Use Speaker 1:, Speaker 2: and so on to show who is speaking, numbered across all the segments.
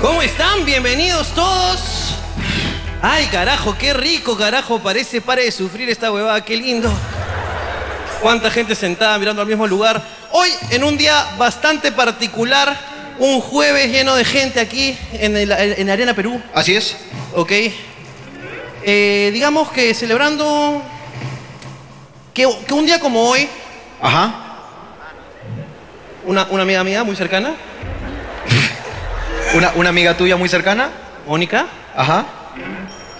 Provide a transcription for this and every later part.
Speaker 1: ¿Cómo están? Bienvenidos todos. Ay, carajo, qué rico, carajo. Parece para de sufrir esta huevada, qué lindo. Cuánta gente sentada mirando al mismo lugar. Hoy, en un día bastante particular, un jueves lleno de gente aquí en, el- en Arena Perú,
Speaker 2: Así es.
Speaker 1: ¿ok? Eh, digamos que celebrando que, que un día como hoy,
Speaker 2: Ajá.
Speaker 1: una, una amiga mía muy cercana,
Speaker 2: Una, una amiga tuya muy cercana.
Speaker 1: Mónica,
Speaker 2: Ajá.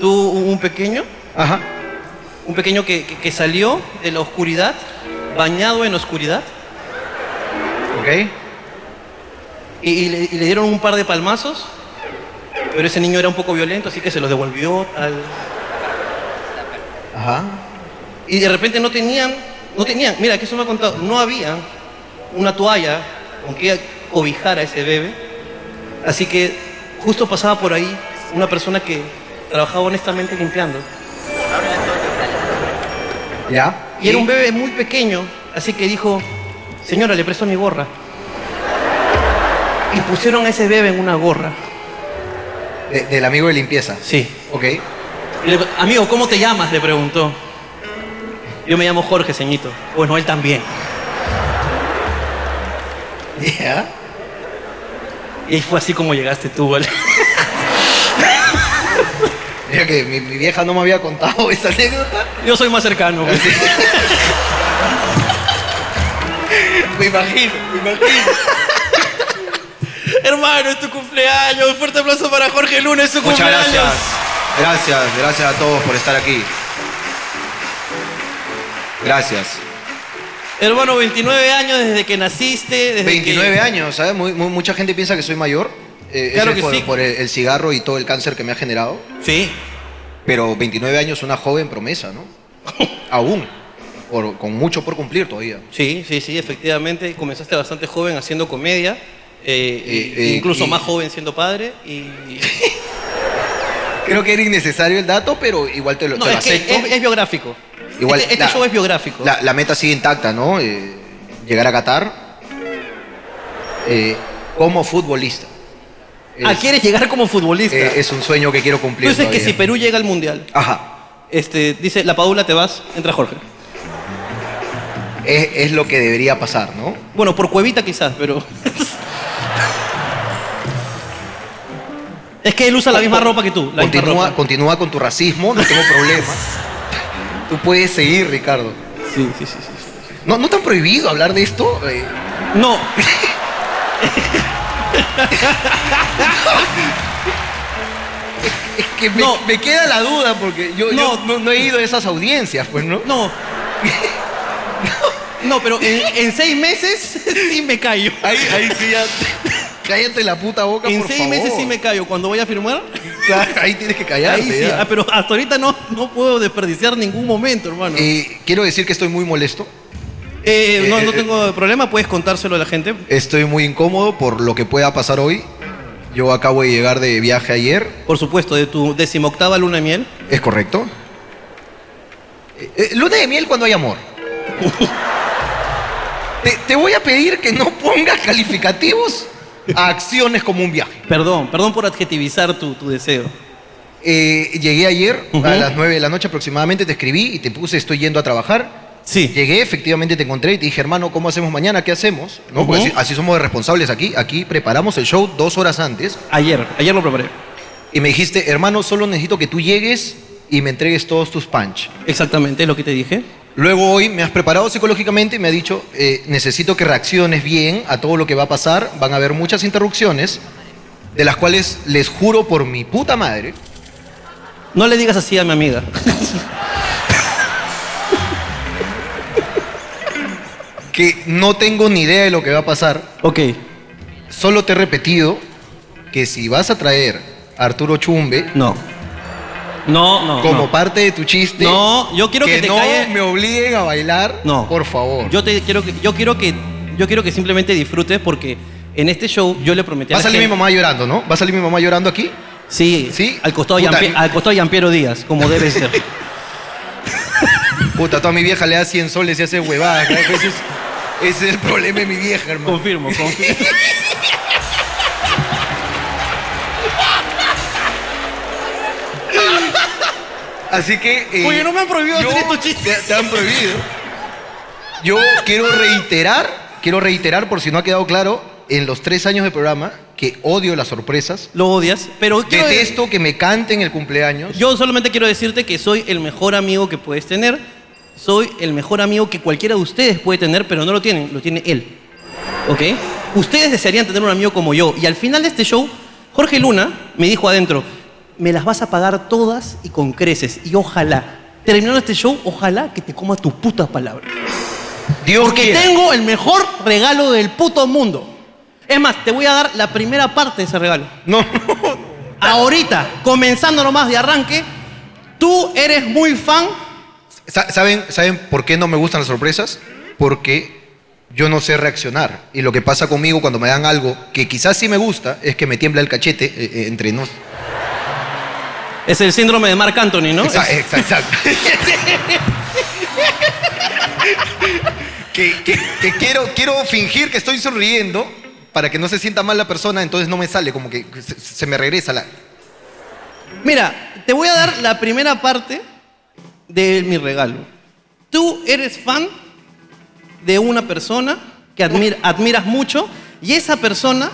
Speaker 1: tuvo un pequeño,
Speaker 2: Ajá.
Speaker 1: Un pequeño que, que- que salió de la oscuridad, bañado en oscuridad,
Speaker 2: Ok.
Speaker 1: y, y le, y le dieron un par de palmazos, pero ese niño era un poco violento, así que se los devolvió. tal.
Speaker 2: Ajá.
Speaker 1: Y de repente no tenían, no tenían, mira, que eso me ha contado, no había una toalla con que cobijar a ese bebé, así que justo pasaba por ahí una persona que trabajaba honestamente limpiando.
Speaker 2: Ya.
Speaker 1: Y era un bebé muy pequeño, así que dijo, señora, le presto mi gorra. Y pusieron a ese bebé en una gorra.
Speaker 2: De- del amigo de limpieza.
Speaker 1: Sí.
Speaker 2: Ok.
Speaker 1: Y le- Amigo, ¿cómo te llamas? Le preguntó. Yo me llamo Jorge, ceñito. Bueno, él también.
Speaker 2: Ya.
Speaker 1: Y ahí fue así como llegaste tú, ¿vale?
Speaker 2: Mira que mi, mi vieja no me había contado esa anécdota.
Speaker 1: Yo soy más cercano. güey.
Speaker 2: Me imagino, me imagino.
Speaker 1: Hermano, es tu cumpleaños. Fuerte aplauso para Jorge Luna, es su
Speaker 2: Muchas
Speaker 1: cumpleaños.
Speaker 2: gracias. Gracias, gracias a todos por estar aquí. Gracias.
Speaker 1: Hermano, 29 años desde que naciste. Desde
Speaker 2: 29
Speaker 1: que...
Speaker 2: años, ¿sabes? Muy- muy- mucha gente piensa que soy mayor. Eh,
Speaker 1: Claro
Speaker 2: eso
Speaker 1: que
Speaker 2: es por,
Speaker 1: sí.
Speaker 2: por el- el cigarro y todo el cáncer que me ha generado.
Speaker 1: Sí.
Speaker 2: Pero 29 años, una joven promesa, ¿no? Aún. Por- con mucho por cumplir todavía.
Speaker 1: Sí, sí, sí, efectivamente. Comenzaste bastante joven haciendo comedia, eh,
Speaker 2: Eh,
Speaker 1: y-
Speaker 2: eh,
Speaker 1: incluso
Speaker 2: y-
Speaker 1: más joven siendo padre. Y...
Speaker 2: Creo que era innecesario el dato, pero igual te lo,
Speaker 1: No,
Speaker 2: te lo
Speaker 1: es que
Speaker 2: acepto.
Speaker 1: es, es biográfico.
Speaker 2: Igual
Speaker 1: este este
Speaker 2: la-
Speaker 1: show es biográfico.
Speaker 2: La, la meta sigue intacta, ¿no? Eh, llegar a Qatar eh, como futbolista. Es,
Speaker 1: ah, quieres llegar como futbolista.
Speaker 2: eh, es un sueño que quiero
Speaker 1: Tú
Speaker 2: cumplir.
Speaker 1: dices que
Speaker 2: todavía.
Speaker 1: si Perú llega al mundial,
Speaker 2: Ajá.
Speaker 1: este, dice la Padula te vas, entra Jorge.
Speaker 2: Es, es lo que debería pasar, ¿no?
Speaker 1: Bueno, por cuevita quizás, pero. es que él usa la misma ropa que tú. La misma
Speaker 2: Continúa,
Speaker 1: ropa.
Speaker 2: continúa con tu racismo, no tengo problema. Tú puedes seguir, Ricardo.
Speaker 1: Sí, sí, sí, sí, sí.
Speaker 2: ¿No, ¿No te han prohibido hablar de esto? Eh,
Speaker 1: No.
Speaker 2: Es que me,
Speaker 1: No.
Speaker 2: me queda la duda porque yo yo
Speaker 1: No.
Speaker 2: no, no he ido a esas audiencias, pues, ¿no?
Speaker 1: No. No, pero en, en seis meses sí me callo.
Speaker 2: Ahí, ahí sí ya. Cállate la puta boca,
Speaker 1: En
Speaker 2: por
Speaker 1: seis
Speaker 2: favor.
Speaker 1: meses sí me callo. Cuando voy a firmar,
Speaker 2: Claro, ahí tienes que callarte.
Speaker 1: ahí sí.
Speaker 2: ya.
Speaker 1: Ah, pero hasta ahorita no, no puedo desperdiciar ningún momento, hermano.
Speaker 2: Eh, quiero decir que estoy muy molesto.
Speaker 1: Eh, no,
Speaker 2: eh,
Speaker 1: no
Speaker 2: eh.
Speaker 1: tengo problema, puedes contárselo a la gente.
Speaker 2: Estoy muy incómodo por lo que pueda pasar hoy. Yo acabo de llegar de viaje ayer.
Speaker 1: Por supuesto, de tu decimoctava luna de miel.
Speaker 2: ¿Es correcto? Eh, eh, luna de miel cuando hay amor. te, te voy a pedir que no pongas calificativos a acciones como un viaje.
Speaker 1: Perdón, perdón por adjetivizar tu, tu deseo.
Speaker 2: Eh, llegué ayer
Speaker 1: Ujú.
Speaker 2: a las 9 de la noche aproximadamente, te escribí y te puse estoy yendo a trabajar.
Speaker 1: Sí.
Speaker 2: Llegué, efectivamente te encontré y te dije, hermano, ¿cómo hacemos mañana? ¿Qué hacemos? ¿No?
Speaker 1: Ujú.
Speaker 2: Porque así, así somos de responsables aquí. Aquí preparamos el show dos horas antes
Speaker 1: Ayer, ayer lo preparé.
Speaker 2: y me dijiste, hermano, solo necesito que tú llegues y me entregues todos tus punch.
Speaker 1: Exactamente, es lo que te dije.
Speaker 2: Luego hoy me has preparado psicológicamente y me ha dicho, eh, necesito que reacciones bien a todo lo que va a pasar. Van a haber muchas interrupciones, de las cuales les juro por mi puta madre
Speaker 1: No le digas así a mi amiga.
Speaker 2: que no tengo ni idea de lo que va a pasar.
Speaker 1: ok.
Speaker 2: Solo te he repetido que si vas a traer a Arturo Chumbe
Speaker 1: No. No, no.
Speaker 2: como
Speaker 1: no.
Speaker 2: parte de tu chiste,
Speaker 1: No, yo quiero que, te
Speaker 2: no
Speaker 1: calles.
Speaker 2: me obliguen a bailar,
Speaker 1: No.
Speaker 2: por favor.
Speaker 1: Yo te quiero que, yo quiero que, yo quiero que simplemente disfrutes porque en este show yo le prometí a
Speaker 2: va a
Speaker 1: la
Speaker 2: salir mi
Speaker 1: gente-
Speaker 2: mamá llorando, ¿no? ¿Va a salir mi mamá llorando aquí?
Speaker 1: Sí,
Speaker 2: Sí.
Speaker 1: Al costado, de
Speaker 2: Puta,
Speaker 1: Jean-
Speaker 2: eh.
Speaker 1: al costado de Jean-Piero Díaz, como debe ser.
Speaker 2: Puta, toda mi vieja le da 100 soles y hace huevadas. ¿no? Ese es, ese es el problema de mi vieja, hermano.
Speaker 1: confirmo, confirmo.
Speaker 2: Así que. eh,
Speaker 1: Oye, no me han prohibido hacer estos chistes.
Speaker 2: Te, te han prohibido. Yo quiero reiterar, quiero reiterar, por si no ha quedado claro, en los tres años de programa, que odio las sorpresas.
Speaker 1: Lo odias, pero quiero-
Speaker 2: Detesto que me canten el cumpleaños.
Speaker 1: Yo solamente quiero decirte que soy el mejor amigo que puedes tener. Soy el mejor amigo que cualquiera de ustedes puede tener, pero no lo tienen, lo tiene él. ¿Ok? Ustedes desearían tener un amigo como yo. Y al final de este show, Jorge Luna me dijo adentro, me las vas a pagar todas y con creces. Y ojalá, terminando este show, ojalá que te coma tus putas palabras.
Speaker 2: Dios
Speaker 1: Porque
Speaker 2: quiera.
Speaker 1: tengo el mejor regalo del puto mundo. Es más, te voy a dar la primera parte de ese regalo.
Speaker 2: No,
Speaker 1: Ahorita, comenzando nomás de arranque, tú eres muy fan.
Speaker 2: Sa- ¿Saben, ¿Saben por qué no me gustan las sorpresas? Porque yo no sé reaccionar. Y lo que pasa conmigo cuando me dan algo que quizás sí me gusta es que me tiembla el cachete eh, eh, entre nos.
Speaker 1: Es el síndrome de Marc Anthony, ¿no?
Speaker 2: Exa-
Speaker 1: Es-
Speaker 2: exa- Exacto. que que- que quiero, quiero fingir que estoy sonriendo para que no se sienta mal la persona, entonces no me sale, como que se, se me regresa la...
Speaker 1: Mira, te voy a dar la primera parte de mi regalo. Tú eres fan de una persona que admir- admiras mucho y esa persona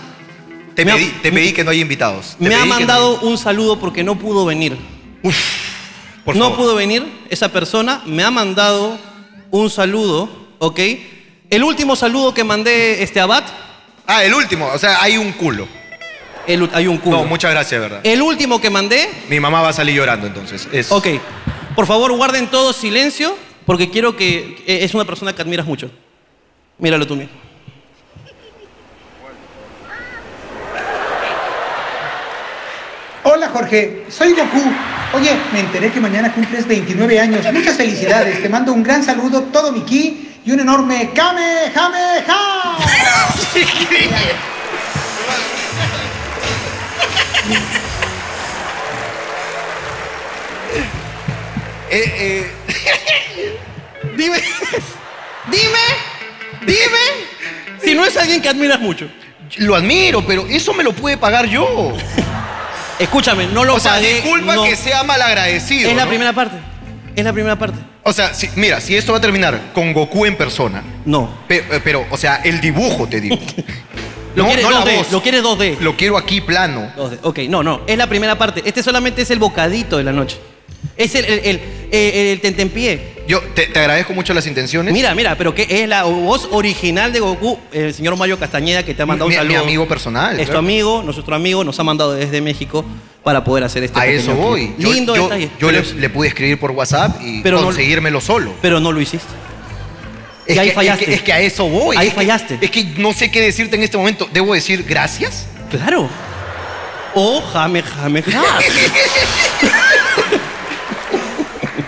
Speaker 2: Te,
Speaker 1: Me ha-
Speaker 2: pedí, te pedí que no haya invitados. Te
Speaker 1: me
Speaker 2: pedí
Speaker 1: ha
Speaker 2: que no haya-
Speaker 1: mandado un saludo porque no pudo venir.
Speaker 2: Por
Speaker 1: no
Speaker 2: favor.
Speaker 1: pudo venir esa persona, me ha mandado un saludo, ¿ok? El último saludo que mandé este abad,
Speaker 2: Ah, el último, o sea, hay un culo.
Speaker 1: el ul- hay un culo.
Speaker 2: No, muchas gracias, de ¿verdad?
Speaker 1: el último que mandé,
Speaker 2: Mi mamá va a salir llorando entonces. Es-
Speaker 1: ok. Por favor, guarden todo silencio, porque quiero que eh, es una persona que admiras mucho. Míralo tú mismo.
Speaker 3: Hola Jorge, soy Goku. Oye, me enteré que mañana cumples 29 años. Muchas felicidades. Te mando un gran saludo, todo mi ki y un enorme Kame Jame Ja.
Speaker 2: Eh, eh,
Speaker 1: Dime, dime, dime si no es alguien que admiras mucho.
Speaker 2: lo admiro, pero eso me lo puede pagar yo.
Speaker 1: Escúchame, no lo
Speaker 2: O sea,
Speaker 1: pagué,
Speaker 2: disculpa
Speaker 1: no.
Speaker 2: que sea malagradecido.
Speaker 1: Es la
Speaker 2: ¿no?
Speaker 1: primera parte. Es la primera parte.
Speaker 2: O sea, si- mira, si esto va a terminar con Goku en persona,
Speaker 1: No.
Speaker 2: pe- eh, pero, o sea, el dibujo te digo.
Speaker 1: Lo
Speaker 2: no,
Speaker 1: quieres
Speaker 2: no la
Speaker 1: 2D,
Speaker 2: voz.
Speaker 1: lo quieres 2D.
Speaker 2: Lo quiero aquí plano.
Speaker 1: Dos de- Ok, no, no, es la primera parte. Este solamente es el bocadito de la noche. Es el, el, el, eh, el tentempié.
Speaker 2: Yo te, te agradezco mucho las intenciones.
Speaker 1: Mira, mira, pero que es la voz original de Goku, el señor Mario Castañeda, que te ha mandado
Speaker 2: Mi-
Speaker 1: un
Speaker 2: mi
Speaker 1: saludo.
Speaker 2: amigo personal,
Speaker 1: Es tu
Speaker 2: claro.
Speaker 1: amigo, nuestro amigo, nos ha mandado desde México para poder hacer este
Speaker 2: a
Speaker 1: pequeño
Speaker 2: eso
Speaker 1: clip.
Speaker 2: voy. Yo-
Speaker 1: Lindo
Speaker 2: yo,
Speaker 1: detalle.
Speaker 2: yo
Speaker 1: pero,
Speaker 2: le, le pude escribir por WhatsApp y
Speaker 1: Pero no-
Speaker 2: conseguírmelo solo.
Speaker 1: pero no lo hiciste. y
Speaker 2: que,
Speaker 1: ahí
Speaker 2: que-
Speaker 1: fallaste.
Speaker 2: es que a eso voy.
Speaker 1: Ahí
Speaker 2: Es que-
Speaker 1: fallaste.
Speaker 2: es que no sé qué decirte en este momento. ¿Debo decir gracias?
Speaker 1: Claro. Oh, jame, jame, ja.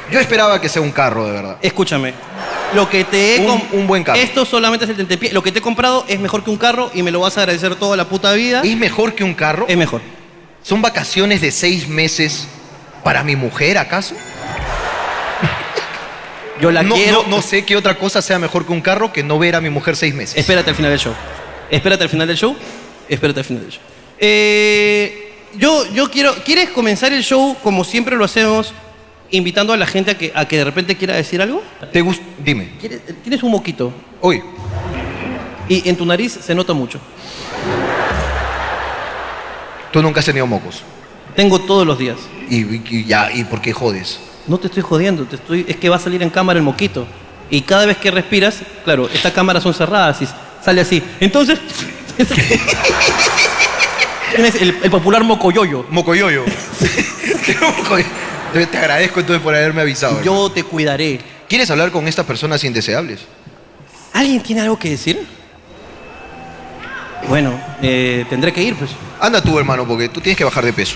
Speaker 2: Yo esperaba que sea un carro, de verdad.
Speaker 1: Escúchame. Lo que te he
Speaker 2: Un-
Speaker 1: com-
Speaker 2: un buen carro.
Speaker 1: Esto solamente es el tentempié. Lo que te he comprado es mejor que un carro y me lo vas a agradecer toda la puta vida.
Speaker 2: ¿Es mejor que un carro?
Speaker 1: Es mejor.
Speaker 2: ¿Son vacaciones de seis meses para mi mujer, acaso?
Speaker 1: Yo la
Speaker 2: no,
Speaker 1: quiero.
Speaker 2: no- no sé qué otra cosa sea mejor que un carro que no ver a mi mujer seis meses.
Speaker 1: Espérate al final del show. Espérate al final del show. Espérate al final del show. Eh, yo, yo quiero. ¿Quieres comenzar el show como siempre lo hacemos, invitando a la gente a que, a que de repente quiera decir algo?
Speaker 2: ¿Te gusta? Dime.
Speaker 1: ¿Quieres- Tienes un moquito
Speaker 2: Oye,
Speaker 1: y en tu nariz se nota mucho.
Speaker 2: tú nunca has tenido mocos.
Speaker 1: Tengo todos los días.
Speaker 2: Y, y ya, ¿y por qué jodes?
Speaker 1: No te estoy jodiendo, te estoy, es que va a salir en cámara el moquito. Y cada vez que respiras, claro, estas cámaras son cerradas y sale así. Entonces, tienes el, el popular mocoyoyo.
Speaker 2: Mocoyoyo. Te te agradezco entonces por haberme avisado.
Speaker 1: Yo te cuidaré.
Speaker 2: ¿Quieres hablar con estas personas indeseables?
Speaker 1: ¿Alguien tiene algo que decir? Bueno, eh, tendré que ir, pues.
Speaker 2: Anda tú, hermano, porque tú tienes que bajar de peso.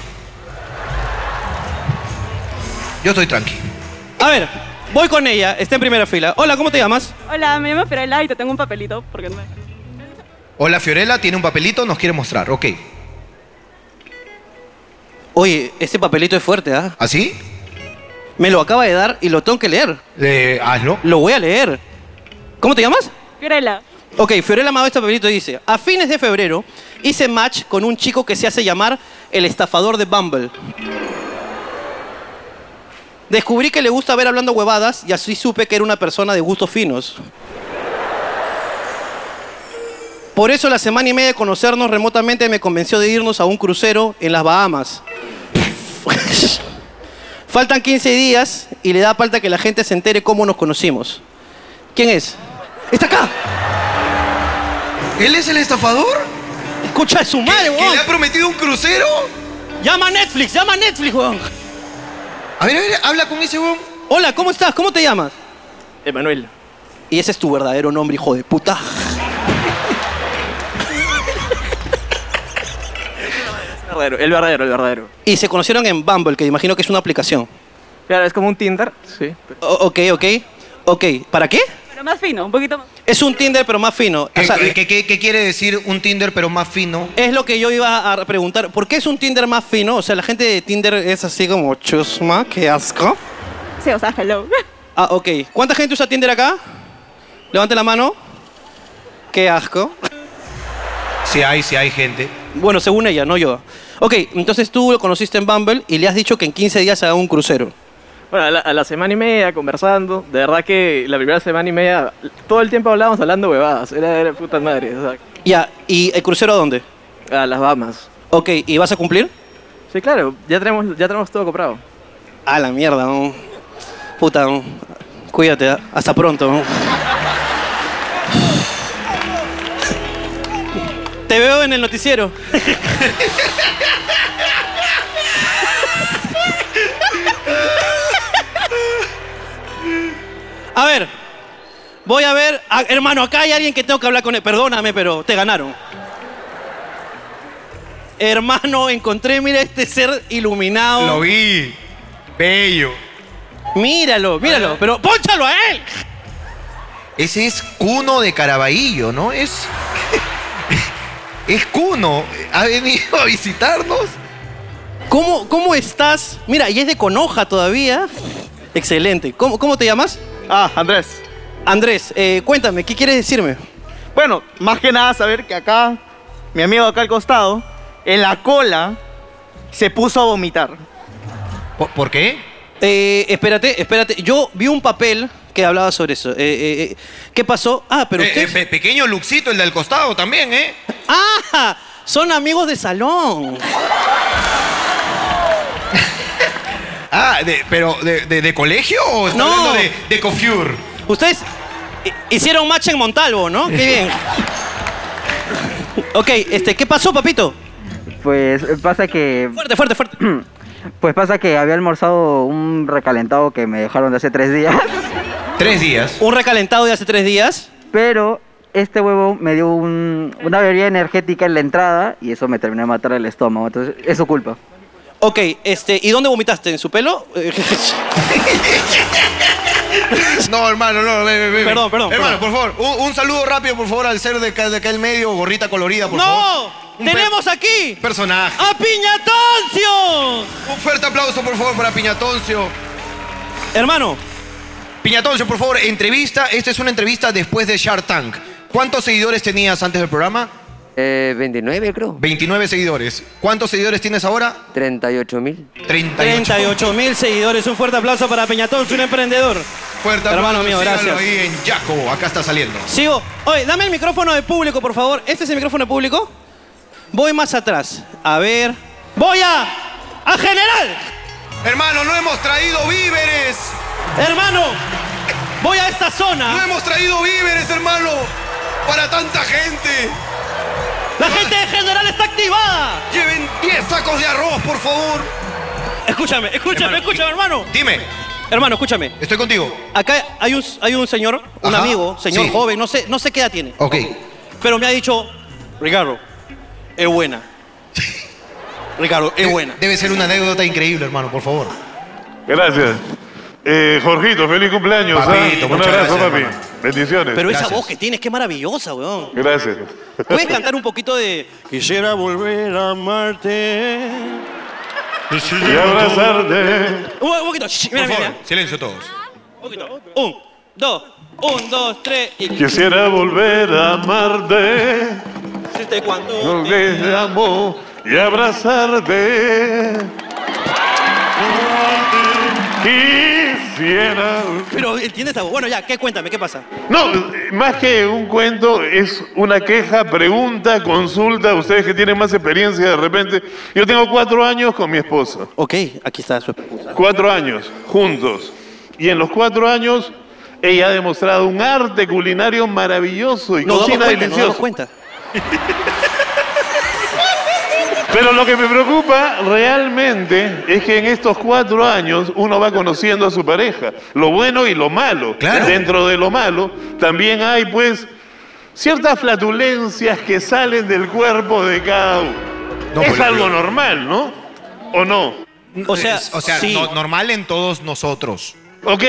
Speaker 2: Yo estoy tranqui.
Speaker 1: A ver, voy con ella, está en primera fila. Hola, ¿cómo te llamas?
Speaker 4: Hola, me llamo Perela y te tengo un papelito porque no me...
Speaker 2: Hola, Fiorella, tiene un papelito, nos quiere mostrar. Ok.
Speaker 1: Oye, este papelito es fuerte, ¿ah?
Speaker 2: ¿Así?
Speaker 1: Me lo acaba de dar y lo tengo que leer.
Speaker 2: Eh, hazlo.
Speaker 1: Lo voy a leer. ¿Cómo te llamas?
Speaker 4: Perela.
Speaker 1: Ok, Fiorella Amado este papelito y dice, a fines de febrero hice match con un chico que se hace llamar el estafador de Bumble. Descubrí que le gusta ver hablando huevadas y así supe que era una persona de gustos finos. Por eso la semana y media de conocernos remotamente me convenció de irnos a un crucero en las Bahamas. Faltan 15 días y le da falta que la gente se entere cómo nos conocimos. ¿Quién es? ¡Está acá!
Speaker 2: ¿Él es el estafador?
Speaker 1: ¡Escucha de su madre,
Speaker 2: ¿Que
Speaker 1: weón!
Speaker 2: le ha prometido un crucero?
Speaker 1: ¡Llama a Netflix! ¡Llama a Netflix, weón!
Speaker 2: A ver, a ver, habla con ese weón.
Speaker 1: Hola, ¿cómo estás? ¿Cómo te llamas?
Speaker 5: Emanuel.
Speaker 1: Y ese es tu verdadero nombre, hijo de puta.
Speaker 5: Verdadero, el verdadero, el verdadero.
Speaker 1: Y se conocieron en Bumble, que imagino que es una aplicación.
Speaker 5: Claro, es como un Tinder. Sí.
Speaker 1: O- ok, ok. Ok, ¿para qué?
Speaker 4: Pero más fino, un poquito más.
Speaker 1: Es un Tinder, pero más fino. O
Speaker 2: ¿Qué,
Speaker 1: sea,
Speaker 2: qué- qué- qué quiere decir un Tinder pero más fino?
Speaker 1: es lo que yo iba a preguntar. ¿Por qué es un Tinder más fino? O sea, la gente de Tinder es así como chusma, qué asco.
Speaker 4: Sí, o sea, hello.
Speaker 1: Ah, ok. ¿Cuánta gente usa Tinder acá? Levante la mano. Qué asco.
Speaker 2: Si hay, si hay gente.
Speaker 1: Bueno, según ella, no yo. Ok, entonces tú lo conociste en Bumble y le has dicho que en 15 días se haga un crucero.
Speaker 5: Bueno, a la, a la semana y media conversando. De verdad que la primera semana y media, todo el tiempo hablábamos hablando huevadas. Era, era puta madre. O
Speaker 1: Ya, ¿y el crucero a dónde?
Speaker 5: sea, a las Bahamas.
Speaker 1: Ok, ¿y vas a cumplir?
Speaker 5: Sí, claro, ya tenemos, ya tenemos todo comprado.
Speaker 1: A la mierda, ¿no? Puta, ¿no? cuídate, ¿ah? hasta pronto. ¿no? Te veo en el noticiero. A ver, voy a ver, ah, hermano, acá hay alguien que tengo que hablar con él. Perdóname, pero te ganaron. Hermano, encontré, mira este ser iluminado.
Speaker 6: Lo vi. Bello.
Speaker 1: Míralo, míralo, pero pónchalo a él.
Speaker 2: Ese es Cuno de Caraballo, ¿no? Es. es Cuno. Ha venido a visitarnos.
Speaker 1: ¿Cómo, cómo estás? Mira, y es de Conoja todavía. Excelente. ¿Cómo, cómo te llamas?
Speaker 7: Ah, Andrés.
Speaker 1: Andrés, eh, cuéntame, ¿qué quieres decirme?
Speaker 7: Bueno, más que nada saber que acá, mi amigo acá al costado, en la cola, se puso a vomitar.
Speaker 2: ¿Por, por qué?
Speaker 1: Eh, espérate, espérate. Yo vi un papel que hablaba sobre eso. Eh, eh, eh, ¿Qué pasó? Ah, pero
Speaker 2: Eh,
Speaker 1: ustedes...
Speaker 2: eh, pe- pequeño Luxito, el del costado también, ¿eh?
Speaker 1: ¡Ah! Son amigos de salón.
Speaker 2: Ah, de- pero de, de- de colegio o está
Speaker 1: No.
Speaker 2: hablando de, de Cofiur?
Speaker 1: Ustedes hi- hicieron match en Montalvo, ¿no? Qué bien. ok, este, ¿qué pasó, papito?
Speaker 8: Pues eh, pasa que
Speaker 1: Fuerte, fuerte, fuerte.
Speaker 8: pues pasa que había almorzado un recalentado que me dejaron de hace tres días,
Speaker 2: Tres días.
Speaker 1: Un recalentado de hace tres días.
Speaker 8: pero este huevo me dio un- una bebida energética en la entrada y eso me terminó de matar el estómago, entonces es su culpa.
Speaker 1: Ok, este, ¿y dónde vomitaste? ¿En su pelo? Eh,
Speaker 2: No, hermano, no, ve, ve, ve.
Speaker 1: Perdón, perdón,
Speaker 2: Hermano, por favor, un, un saludo rápido, por favor, al ser de acá, de acá el medio, gorrita colorida, por favor.
Speaker 1: ¡No!
Speaker 2: Un pe-
Speaker 1: ¡Tenemos aquí
Speaker 2: Personaje.
Speaker 1: a Piñatoncio!
Speaker 2: Un fuerte aplauso, por favor, para Piñatoncio.
Speaker 1: Hermano,
Speaker 2: Piñatoncio, por favor, entrevista. Esta es una entrevista después de Shark Tank. ¿Cuántos seguidores tenías antes del programa?
Speaker 9: Eh, 29 creo.
Speaker 2: 29 seguidores. ¿Cuántos seguidores tienes ahora?
Speaker 9: 38 mil.
Speaker 2: 38.
Speaker 1: 38 mil seguidores. Un fuerte aplauso para Piñatoncio, un emprendedor.
Speaker 2: Fuerte
Speaker 1: Hermano
Speaker 2: aplauso,
Speaker 1: mío,
Speaker 2: síganlo
Speaker 1: gracias.
Speaker 2: ahí en Yaco, acá está saliendo.
Speaker 1: Sigo. Oye, dame el micrófono de público, por favor. ¿Este es el micrófono de público? Voy más atrás. A ver. ¡Voy a. ¡A general!
Speaker 2: Hermano, no hemos traído víveres.
Speaker 1: Hermano, voy a esta
Speaker 2: No
Speaker 1: zona.
Speaker 2: hemos traído víveres, hermano. Para tanta gente.
Speaker 1: La gente de general está activada.
Speaker 2: Lleven 10 sacos de arroz, por favor.
Speaker 1: Escúchame, escúchame,
Speaker 2: Hermano,
Speaker 1: escúchame, hermano.
Speaker 2: Dime,
Speaker 1: Hermano, escúchame.
Speaker 2: estoy contigo.
Speaker 1: Acá hay un, hay un señor, un
Speaker 2: Ajá,
Speaker 1: amigo, señor
Speaker 2: sí.
Speaker 1: joven, no sé, no sé qué edad tiene,
Speaker 2: Ok.
Speaker 1: pero me ha dicho, Ricardo, es buena. Ricardo, es buena.
Speaker 2: Debe ser una anécdota increíble, hermano, por favor.
Speaker 10: Gracias. Eh, Jorgito, feliz cumpleaños. ¿ah?
Speaker 2: Papito,
Speaker 10: Un
Speaker 2: muchas
Speaker 10: abrazo,
Speaker 2: gracias,
Speaker 10: papi.
Speaker 2: hermano.
Speaker 10: Bendiciones.
Speaker 1: Pero esa
Speaker 2: Gracias.
Speaker 1: voz que tienes, qué maravillosa, weón.
Speaker 10: Gracias.
Speaker 1: ¿Puedes cantar un poquito de... Quisiera volver a amarte.
Speaker 10: Y abrazarte.
Speaker 1: Un, un poquito, shh, mira,
Speaker 2: Por
Speaker 1: mira, mira.
Speaker 2: favor, silencio todos.
Speaker 1: Un poquito. Un, dos, un, dos, tres y...
Speaker 10: Quisiera volver a amarte.
Speaker 1: Este cuando...
Speaker 10: Volver a amor y abrazarte. Amarte. Quisiera.
Speaker 1: Pero entiendes, Tabo? bueno, ya, ¿qué? Cuéntame, ¿qué pasa?
Speaker 10: No, eh, más que un cuento, es una queja, pregunta, consulta. Ustedes que tienen más experiencia de repente. Yo tengo cuatro años con mi esposa.
Speaker 1: Ok, aquí está su esposa.
Speaker 10: Cuatro años, juntos. Y en los cuatro años, ella ha demostrado un arte culinario maravilloso y
Speaker 1: Nos damos cuenta,
Speaker 10: cocina
Speaker 1: nos damos
Speaker 10: deliciosa.
Speaker 1: cuenta.
Speaker 10: Pero lo que me preocupa realmente es que en estos cuatro años uno va conociendo a su pareja, lo bueno y lo malo.
Speaker 2: Claro.
Speaker 10: Dentro de lo malo también hay pues ciertas flatulencias que salen del cuerpo de cada uno.
Speaker 2: No,
Speaker 10: es
Speaker 2: pero-
Speaker 10: algo normal, ¿no? ¿O no?
Speaker 1: O sea,
Speaker 2: Es- o sea
Speaker 1: sí.
Speaker 2: no- normal en todos nosotros.
Speaker 10: Ok,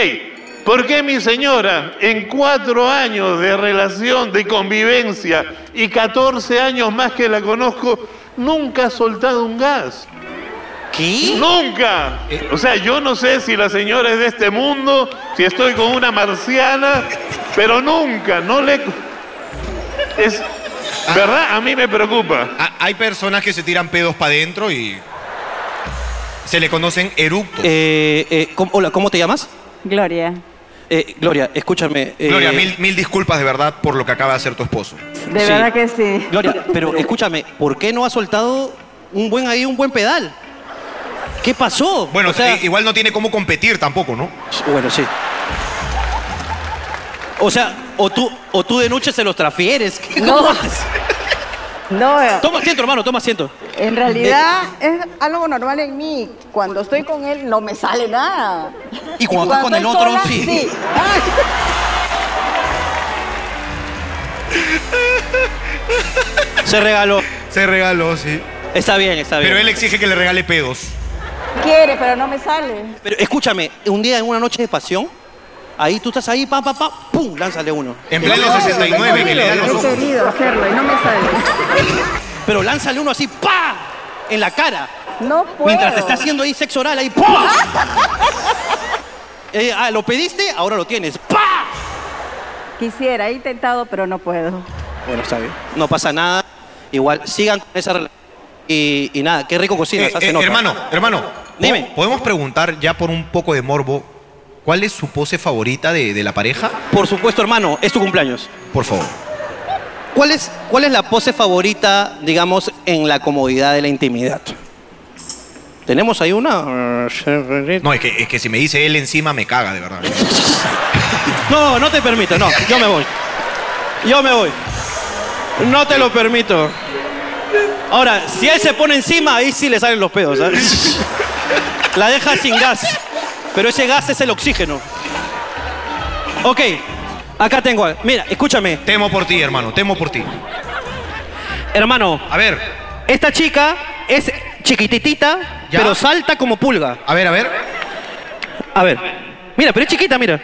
Speaker 10: ¿por qué mi señora en cuatro años de relación, de convivencia y 14 años más que la conozco, nunca ha soltado un gas?
Speaker 1: ¿Qué?
Speaker 10: ¡Nunca! O sea, yo no sé si la señora es de este mundo, si estoy con una marciana, pero nunca, no le... Es... ¿Verdad? A mí me preocupa.
Speaker 2: Ha- hay personas que se tiran pedos para adentro y se le conocen eructos.
Speaker 1: Eh, eh, ¿cómo- hola, ¿cómo te llamas?
Speaker 11: Gloria.
Speaker 1: Eh, Gloria, escúchame. eh,
Speaker 2: Gloria, mil, mil disculpas de verdad por lo que acaba de hacer tu esposo.
Speaker 11: De
Speaker 1: Sí.
Speaker 11: verdad que sí.
Speaker 1: Gloria, pero escúchame, ¿por qué no has soltado un buen ahí, un buen pedal? ¿Qué pasó?
Speaker 2: Bueno,
Speaker 1: O sea,
Speaker 2: eh, igual no tiene cómo competir tampoco, ¿no?
Speaker 1: Bueno, sí. O sea, o tú, o tú de noche se los trafieres. ¿Qué-
Speaker 6: No.
Speaker 1: cómo haces?
Speaker 6: No,
Speaker 1: Toma asiento, hermano, toma asiento.
Speaker 6: en realidad es algo normal en mí. Cuando estoy con él no me sale nada.
Speaker 1: Y cuando estás con el
Speaker 6: estoy
Speaker 1: otro,
Speaker 6: sola, Ah,
Speaker 1: sí.
Speaker 6: Ay,
Speaker 1: Se regaló.
Speaker 2: Se regaló, sí.
Speaker 1: Está bien, está bien.
Speaker 2: Pero él exige que le regale pedos.
Speaker 6: quiere, pero no me sale.
Speaker 1: Pero escúchame, un día en una noche de pasión, ahí tú estás ahí, pa, pa, pa, pum, lánzale uno.
Speaker 2: En pleno 69 que le dan los
Speaker 6: He
Speaker 2: ojos.
Speaker 6: querido hacerlo y no me sale.
Speaker 1: Pero lánzale uno así, pa, en la cara.
Speaker 6: No puedo.
Speaker 1: Mientras te está haciendo ahí sexo oral, ahí, pa. Eh, ah, lo pediste, ahora lo tienes, pa.
Speaker 6: Quisiera, he intentado, pero no puedo.
Speaker 1: Bueno, está bien. No pasa nada. Igual, sigan con esa relación. Y, y nada, qué rico
Speaker 2: Eh,
Speaker 1: cocinas.
Speaker 2: eh,
Speaker 1: hace nota.
Speaker 2: hermano, hermano.
Speaker 1: Dime.
Speaker 2: ¿po- ¿Podemos preguntar ya por un poco de morbo cuál es su pose favorita de, de la pareja?
Speaker 1: Por supuesto, hermano, es tu cumpleaños.
Speaker 2: Por favor.
Speaker 1: ¿Cuál es, ¿Cuál es la pose favorita, digamos, en la comodidad de la intimidad? ¿Tenemos ahí una?
Speaker 2: No, es que, es que si me dice él encima me caga, de verdad.
Speaker 1: No, no te permito, no, yo me voy. Yo me voy. No te lo permito. Ahora, si él se pone encima, ahí sí le salen los pedos. ¿sabes? La deja sin gas. Pero ese gas es el oxígeno. Ok, acá tengo. a- Mira, escúchame.
Speaker 2: Temo por ti, hermano, temo por ti.
Speaker 1: Hermano,
Speaker 2: A ver,
Speaker 1: esta chica es chiquititita,
Speaker 2: ¿Ya?
Speaker 1: pero salta como pulga.
Speaker 2: a ver, a ver.
Speaker 1: A ver. Mira, pero es chiquita, mira.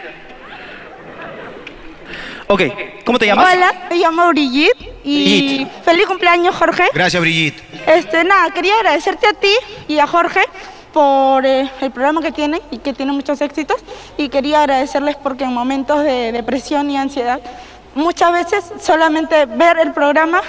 Speaker 1: Ok, ¿cómo te llamas?
Speaker 12: Hola, me llamo Brigitte y
Speaker 1: Brigitte.
Speaker 12: feliz cumpleaños Jorge.
Speaker 2: Gracias, Brigitte.
Speaker 12: Este, nada, quería agradecerte a ti y a Jorge por eh, el programa que tienen y que tiene muchos éxitos y quería agradecerles porque en momentos de depresión y ansiedad muchas veces solamente ver el programa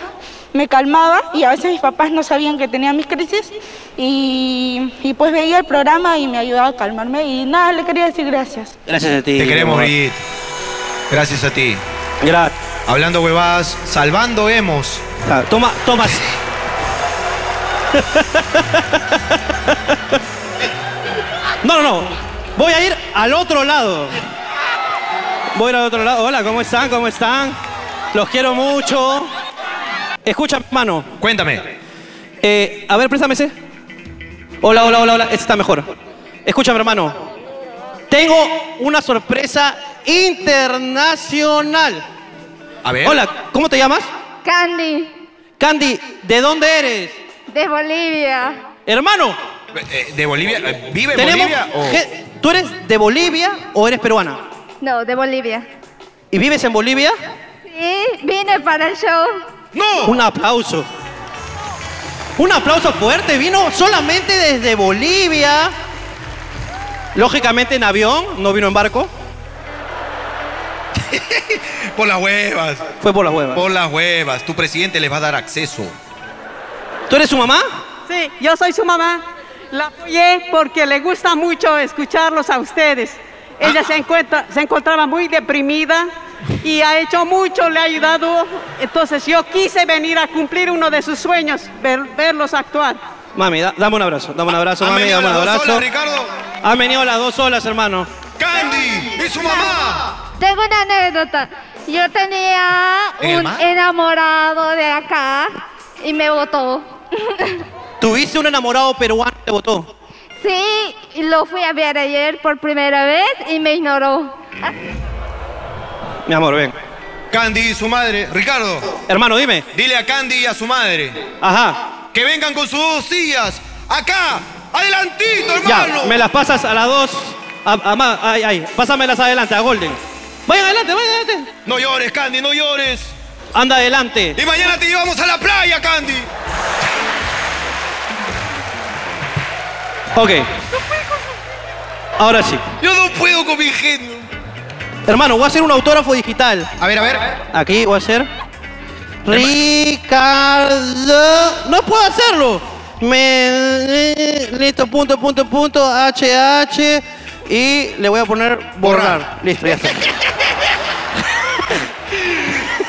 Speaker 12: me calmaba y a veces mis papás no sabían que tenía mis crisis y, y pues veía el programa y me ayudaba a calmarme y nada, le quería decir gracias.
Speaker 1: Gracias a ti.
Speaker 2: Te queremos,
Speaker 1: amor.
Speaker 2: Brigitte. Gracias a ti.
Speaker 1: Gracias.
Speaker 2: Hablando huevadas, salvando hemos.
Speaker 1: Ah, Toma, tomas. No, no, no. Voy a ir al otro lado. Voy a ir al otro lado. Hola, ¿cómo están? ¿Cómo están? Los quiero mucho. Escucha, hermano.
Speaker 2: Cuéntame.
Speaker 1: Eh, a ver, préstame ese. Hola, hola, hola, hola. Este está mejor. Escúchame, hermano. Tengo una sorpresa internacional.
Speaker 2: A ver.
Speaker 1: Hola, ¿cómo te llamas?
Speaker 12: Candy,
Speaker 1: Candy, ¿de dónde eres?
Speaker 12: de Bolivia.
Speaker 1: Hermano,
Speaker 2: Eh, ¿De Bolivia? Eh, ¿Vive en
Speaker 1: tenemos.
Speaker 2: Bolivia? o-
Speaker 1: ge- ¿Tú eres de Bolivia o eres peruana?
Speaker 12: No, de Bolivia.
Speaker 1: ¿Y vives en Bolivia?
Speaker 12: Sí, vine para el show.
Speaker 2: ¡No!
Speaker 1: Un aplauso. Un aplauso fuerte. Vino solamente desde Bolivia. Lógicamente en avión, no vino en barco.
Speaker 2: Por las huevas.
Speaker 1: Fue por las huevas.
Speaker 2: Por las huevas. Tu presidente les va a dar acceso.
Speaker 1: ¿Tú eres su mamá?
Speaker 6: Sí, yo soy su mamá.
Speaker 12: La apoyé porque le gusta mucho escucharlos a ustedes. Ella se, encuentra, se encontraba muy deprimida y ha hecho mucho, le ha ayudado. Entonces yo quise venir a cumplir uno de sus sueños, ver- verlos actuar.
Speaker 1: Mami, da- dame un abrazo,
Speaker 2: Ah,
Speaker 1: dame un abrazo,
Speaker 12: ¿Han
Speaker 1: mami,
Speaker 12: venido
Speaker 1: dame un
Speaker 12: las dos
Speaker 1: abrazo.
Speaker 12: olas,
Speaker 1: Ricardo. Han venido las dos olas, hermano.
Speaker 2: ¡Candy! ¡Y su mamá!
Speaker 13: Tengo una anécdota. Yo tenía
Speaker 1: ¿El
Speaker 13: un
Speaker 1: mar?
Speaker 13: enamorado de acá y me votó.
Speaker 1: Tuviste un enamorado peruano que te votó.
Speaker 13: Sí, y lo fui a ver ayer por primera vez y me ignoró.
Speaker 1: Mi amor, ven.
Speaker 2: Candy y su madre. Ricardo.
Speaker 1: Hermano, dime.
Speaker 2: Dile a Candy y a su madre.
Speaker 1: Ajá.
Speaker 2: Que vengan con sus dos sillas. Acá. Adelantito, hermano.
Speaker 1: Ya, me las pasas a las dos. A, a ma- ay, ay, pásamelas adelante, a Golden. Vayan adelante, vayan adelante.
Speaker 2: No llores, Candy, no llores.
Speaker 1: Anda adelante.
Speaker 2: Y mañana te llevamos a la playa, Candy.
Speaker 1: Ok. Ahora sí.
Speaker 2: Yo no puedo con mi genio.
Speaker 1: Hermano, voy a hacer un autógrafo digital.
Speaker 2: A ver, a ver.
Speaker 1: Aquí voy a hacer. Ricardo. No puedo hacerlo. Me. Listo, punto, punto, punto. HH. Y le voy a poner borrar. Listo, ya está.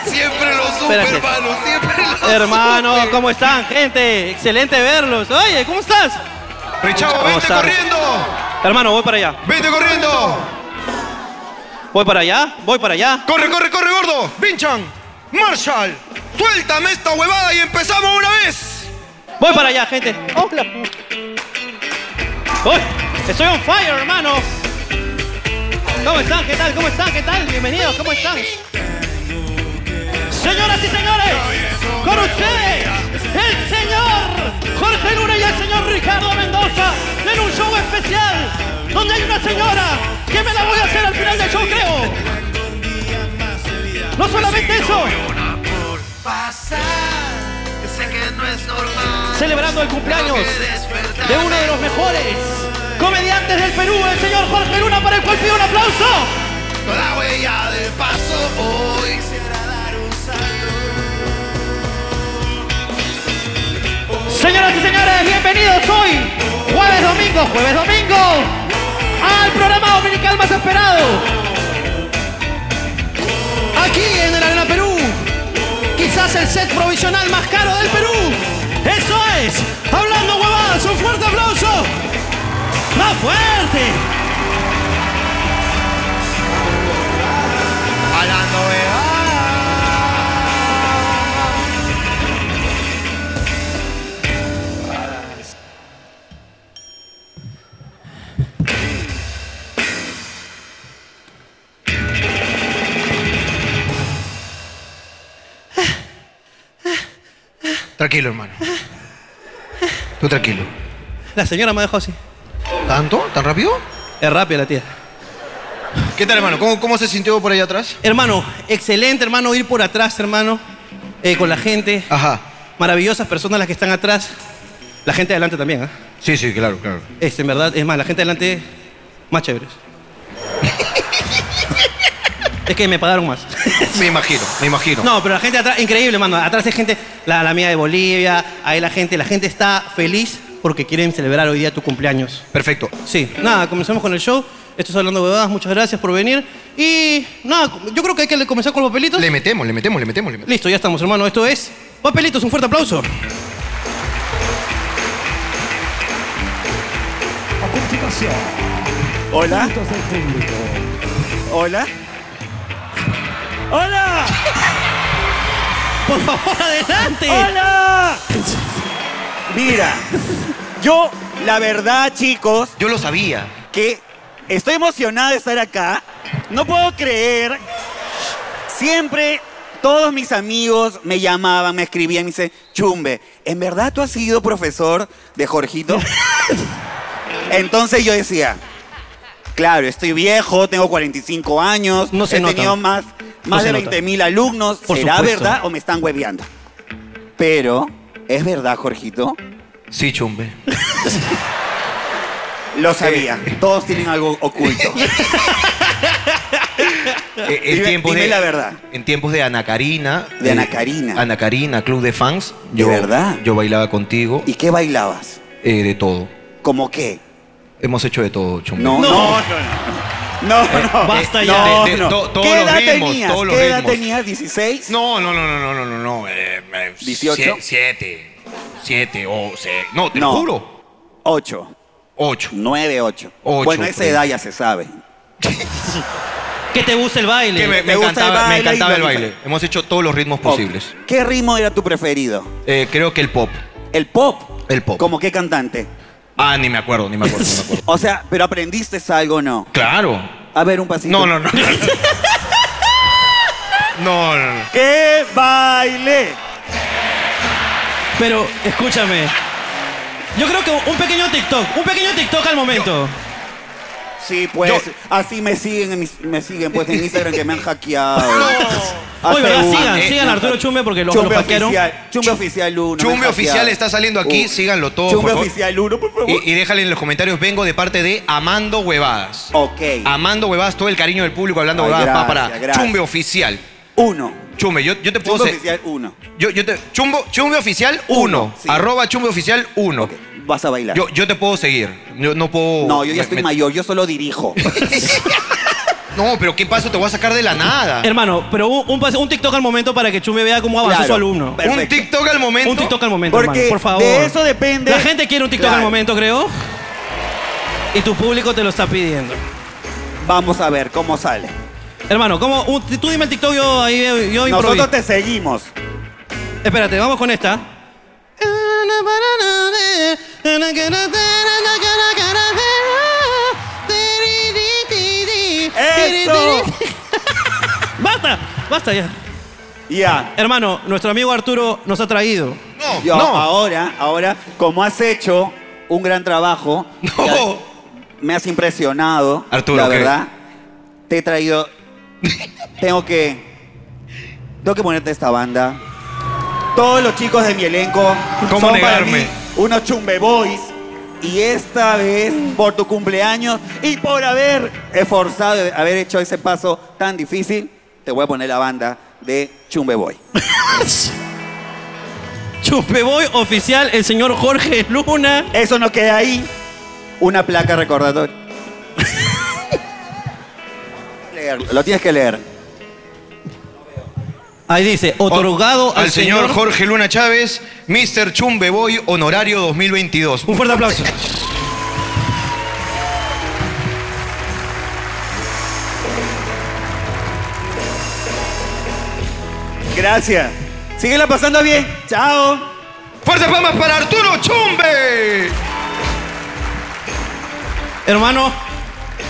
Speaker 2: Siempre lo supe,
Speaker 1: Espérate.
Speaker 2: hermano. Siempre lo supe.
Speaker 1: Hermano, ¿cómo están, gente? Excelente verlos. Oye, ¿cómo estás?
Speaker 2: Richavo,
Speaker 1: ¿Cómo
Speaker 2: vente
Speaker 1: estás?
Speaker 2: corriendo.
Speaker 1: Hermano, voy para allá.
Speaker 2: Vente corriendo.
Speaker 1: Voy para allá, voy para allá.
Speaker 2: Corre, corre, corre, gordo. Vinchan. Marshall. Suéltame esta huevada y empezamos una vez.
Speaker 1: Voy para allá, gente. Hola. ¡Uy! Estoy on fire, hermano. ¿Cómo están? ¿Qué tal? ¿Cómo están? ¿Qué tal? Bienvenidos, ¿cómo están? Señoras y señores, con ustedes, el señor Jorge Luna y el señor Ricardo Mendoza en un show especial donde hay una señora que me la voy a hacer al final del show, creo. No solamente eso, celebrando el cumpleaños de uno de los mejores comediantes del Perú, el señor Jorge Luna, para el cual pido un aplauso.
Speaker 2: La huella de paso hoy
Speaker 1: Señoras y señores, bienvenidos hoy, jueves domingo, jueves domingo, al programa dominical más esperado. Aquí en el Arena Perú, quizás el set provisional más caro del Perú. Eso es, hablando huevadas, un fuerte aplauso. Más fuerte.
Speaker 2: Hablando
Speaker 14: Tranquilo, hermano. Tú tranquilo.
Speaker 1: La señora me dejó así.
Speaker 14: ¿Tanto? ¿Tan rápido?
Speaker 1: Es rápida la tía.
Speaker 14: ¿Qué tal, hermano? ¿Cómo, cómo se sintió por allá atrás?
Speaker 1: Hermano, excelente, hermano, ir por atrás, hermano, eh, con la gente.
Speaker 14: Ajá.
Speaker 1: Maravillosas personas las que están atrás. La gente adelante también, ¿ah?
Speaker 14: Sí, sí, claro, claro.
Speaker 1: Este, en verdad, es más, la gente adelante, más chéveres. es que me pagaron más.
Speaker 14: Me imagino, me imagino.
Speaker 1: No, pero la gente atrás, increíble, mano. Atrás es gente, la, la mía de Bolivia, ahí la gente, la gente está feliz porque quieren celebrar hoy día tu cumpleaños.
Speaker 14: Perfecto.
Speaker 1: Sí, nada, comenzamos con el show. Esto es Hablando Huevadas, muchas gracias por venir. Y nada, yo creo que hay que comenzar con los papelitos.
Speaker 14: Le metemos, le metemos, le metemos, le metemos.
Speaker 1: Listo, ya estamos, hermano. Esto es Papelitos, un fuerte aplauso.
Speaker 10: Hola. Hola. Hola.
Speaker 1: Por favor, adelante.
Speaker 10: Hola. Mira, yo la verdad, chicos.
Speaker 14: Yo lo sabía.
Speaker 10: Que estoy emocionada de estar acá. No puedo creer. Siempre todos mis amigos me llamaban, me escribían y me dicen, Chumbe, ¿en verdad tú has sido profesor de Jorgito? Entonces yo decía, claro, estoy viejo, tengo 45 años,
Speaker 1: No se
Speaker 10: he
Speaker 1: nota.
Speaker 10: tenido más,
Speaker 1: No
Speaker 10: más
Speaker 1: se
Speaker 10: de
Speaker 1: nota.
Speaker 10: 20 mil alumnos,
Speaker 1: Por
Speaker 10: ¿será
Speaker 1: supuesto.
Speaker 10: verdad o me están hueveando? Pero, ¿es verdad, Jorgito?
Speaker 14: Sí, chumbe.
Speaker 10: Lo sabía,
Speaker 13: Eh,
Speaker 10: todos tienen algo oculto.
Speaker 14: Eh, en
Speaker 10: Dime-
Speaker 14: tiempos
Speaker 10: dime
Speaker 14: de,
Speaker 10: la verdad.
Speaker 14: En tiempos de Ana Karina.
Speaker 10: De Ana
Speaker 2: eh,
Speaker 10: Karina.
Speaker 14: Ana Karina, Club de Fans.
Speaker 10: ¿De verdad?
Speaker 14: Yo bailaba contigo.
Speaker 10: ¿Y qué bailabas?
Speaker 14: Eh, de todo.
Speaker 13: ¿Cómo qué?
Speaker 2: Hemos hecho de todo, chumbo.
Speaker 13: No, no, no. No,
Speaker 2: Eh,
Speaker 13: no.
Speaker 2: basta ya.
Speaker 13: No,
Speaker 2: De- de-
Speaker 13: no.
Speaker 2: to- todos
Speaker 13: ¿Qué
Speaker 2: los
Speaker 13: edad
Speaker 2: ritmos,
Speaker 13: tenías?
Speaker 2: todos los
Speaker 13: ¿Qué edad
Speaker 2: ritmos.
Speaker 13: tenías? ¿16?
Speaker 6: No, no, no, no, no, no, no, no. Eh, eh,
Speaker 13: 18.
Speaker 6: 7. 7 o 6. No, te
Speaker 13: No.
Speaker 6: lo juro.
Speaker 13: 8.
Speaker 6: 8.
Speaker 13: 9, 8.
Speaker 6: Ocho,
Speaker 13: Bueno, a esa
Speaker 6: pues.
Speaker 13: edad ya se sabe.
Speaker 1: Que te gusta el baile.
Speaker 6: Que me, me
Speaker 13: ¿Te gusta el
Speaker 6: encantaba, me
Speaker 13: baile y
Speaker 6: encantaba
Speaker 13: lo
Speaker 6: el
Speaker 13: diferente?
Speaker 6: baile. Hemos hecho todos los ritmos posibles.
Speaker 13: ¿Qué ritmo era tu preferido?
Speaker 6: Eh, creo que el pop.
Speaker 13: ¿El pop?
Speaker 6: El pop.
Speaker 13: ¿Como qué cantante?
Speaker 6: Ah, ni me acuerdo, ni me acuerdo, ni me acuerdo.
Speaker 13: O sea, ¿pero aprendiste algo o no?
Speaker 6: Claro.
Speaker 13: A ver, un pasito.
Speaker 6: No, no, no. No, no, no.
Speaker 13: ¡Qué baile!
Speaker 1: Pero, escúchame. Yo creo que un pequeño TikTok, un pequeño TikTok al momento.
Speaker 13: Sí, pues, así me siguen, en mis- me siguen, pues, en Instagram que me han hackeado.
Speaker 1: Oye, ¿verdad?
Speaker 13: Hace
Speaker 1: Sigan,
Speaker 13: un-
Speaker 1: sigan a Arturo Chumbe porque lo,
Speaker 13: Chumbe
Speaker 1: lo hackearon.
Speaker 13: Oficial, Chumbe Oficial 1.
Speaker 6: Chumbe Oficial está saliendo aquí, síganlo todo, por
Speaker 13: Uh, Chumbe
Speaker 6: favor.
Speaker 13: Oficial 1, por favor.
Speaker 6: Y, y déjale en los comentarios, vengo de parte de Amando Huevadas.
Speaker 13: Ok.
Speaker 6: Amando Huevadas, todo el cariño del público hablando
Speaker 13: Ay,
Speaker 6: huevadas. pa,
Speaker 13: gracias,
Speaker 6: para
Speaker 13: gracias.
Speaker 6: Chumbe Oficial.
Speaker 13: Uno.
Speaker 6: Chumbe, yo, yo te puedo...
Speaker 13: Chumbe
Speaker 6: hacer-
Speaker 13: Oficial 1.
Speaker 6: Yo, yo te, chumbo, chumbe oficial 1.
Speaker 13: sí.
Speaker 6: Arroba chumbe oficial 1.
Speaker 13: Vas a bailar.
Speaker 6: Yo, yo te puedo seguir. Yo no puedo.
Speaker 13: no, yo ya
Speaker 6: me-
Speaker 13: estoy
Speaker 6: me-
Speaker 13: mayor, yo solo dirijo.
Speaker 6: No, pero ¿qué paso te voy a sacar de la nada?
Speaker 1: Hermano, pero un, un pas- un TikTok al momento para que Chumbe vea cómo avanzó
Speaker 13: Claro,
Speaker 1: su alumno.
Speaker 13: perfecto.
Speaker 6: Un TikTok al momento.
Speaker 1: Un TikTok al momento,
Speaker 13: Porque
Speaker 1: hermano, por favor.
Speaker 13: de eso depende.
Speaker 1: La gente quiere un TikTok al
Speaker 13: Claro.
Speaker 1: momento, creo. Y tu público te lo está pidiendo.
Speaker 13: Vamos a ver cómo sale.
Speaker 1: Hermano, ¿cómo? Un- tú dime el TikTok, yo, ahí, yo improviso.
Speaker 13: Nosotros te seguimos.
Speaker 1: Espérate, vamos con esta.
Speaker 13: ¡Eso!
Speaker 1: ¡Basta! ¡Basta ya!
Speaker 13: Ya.
Speaker 1: Hermano, nuestro amigo Arturo nos ha traído.
Speaker 6: No,
Speaker 13: Yo,
Speaker 6: no.
Speaker 13: Ahora, ahora, como has hecho un gran trabajo, ya- me has impresionado.
Speaker 6: Arturo,
Speaker 13: la
Speaker 6: ¿qué?
Speaker 13: verdad. Te he traído. tengo que. Tengo que ponerte esta banda. Todos los chicos de mi elenco
Speaker 6: ¿Cómo
Speaker 13: son para
Speaker 6: negarme?
Speaker 13: mí unos chumbe boys. Y esta vez, por tu cumpleaños y por haber esforzado, de haber hecho ese paso tan difícil, te voy a poner la banda de Chumbe Boy.
Speaker 1: Chupeboy oficial, el señor Jorge Luna.
Speaker 13: Eso nos queda ahí. Una placa recordatoria. Leerlo, lo tienes que leer.
Speaker 1: Ahí dice, otorgado al,
Speaker 6: al señor Jorge Luna Chávez, Mr. Chumbe Boy, honorario 2022.
Speaker 1: Un fuerte aplauso.
Speaker 13: Gracias. Síguela pasando bien. Chao.
Speaker 6: ¡Fuertes palmas para Arturo Chumbe!
Speaker 1: Hermano,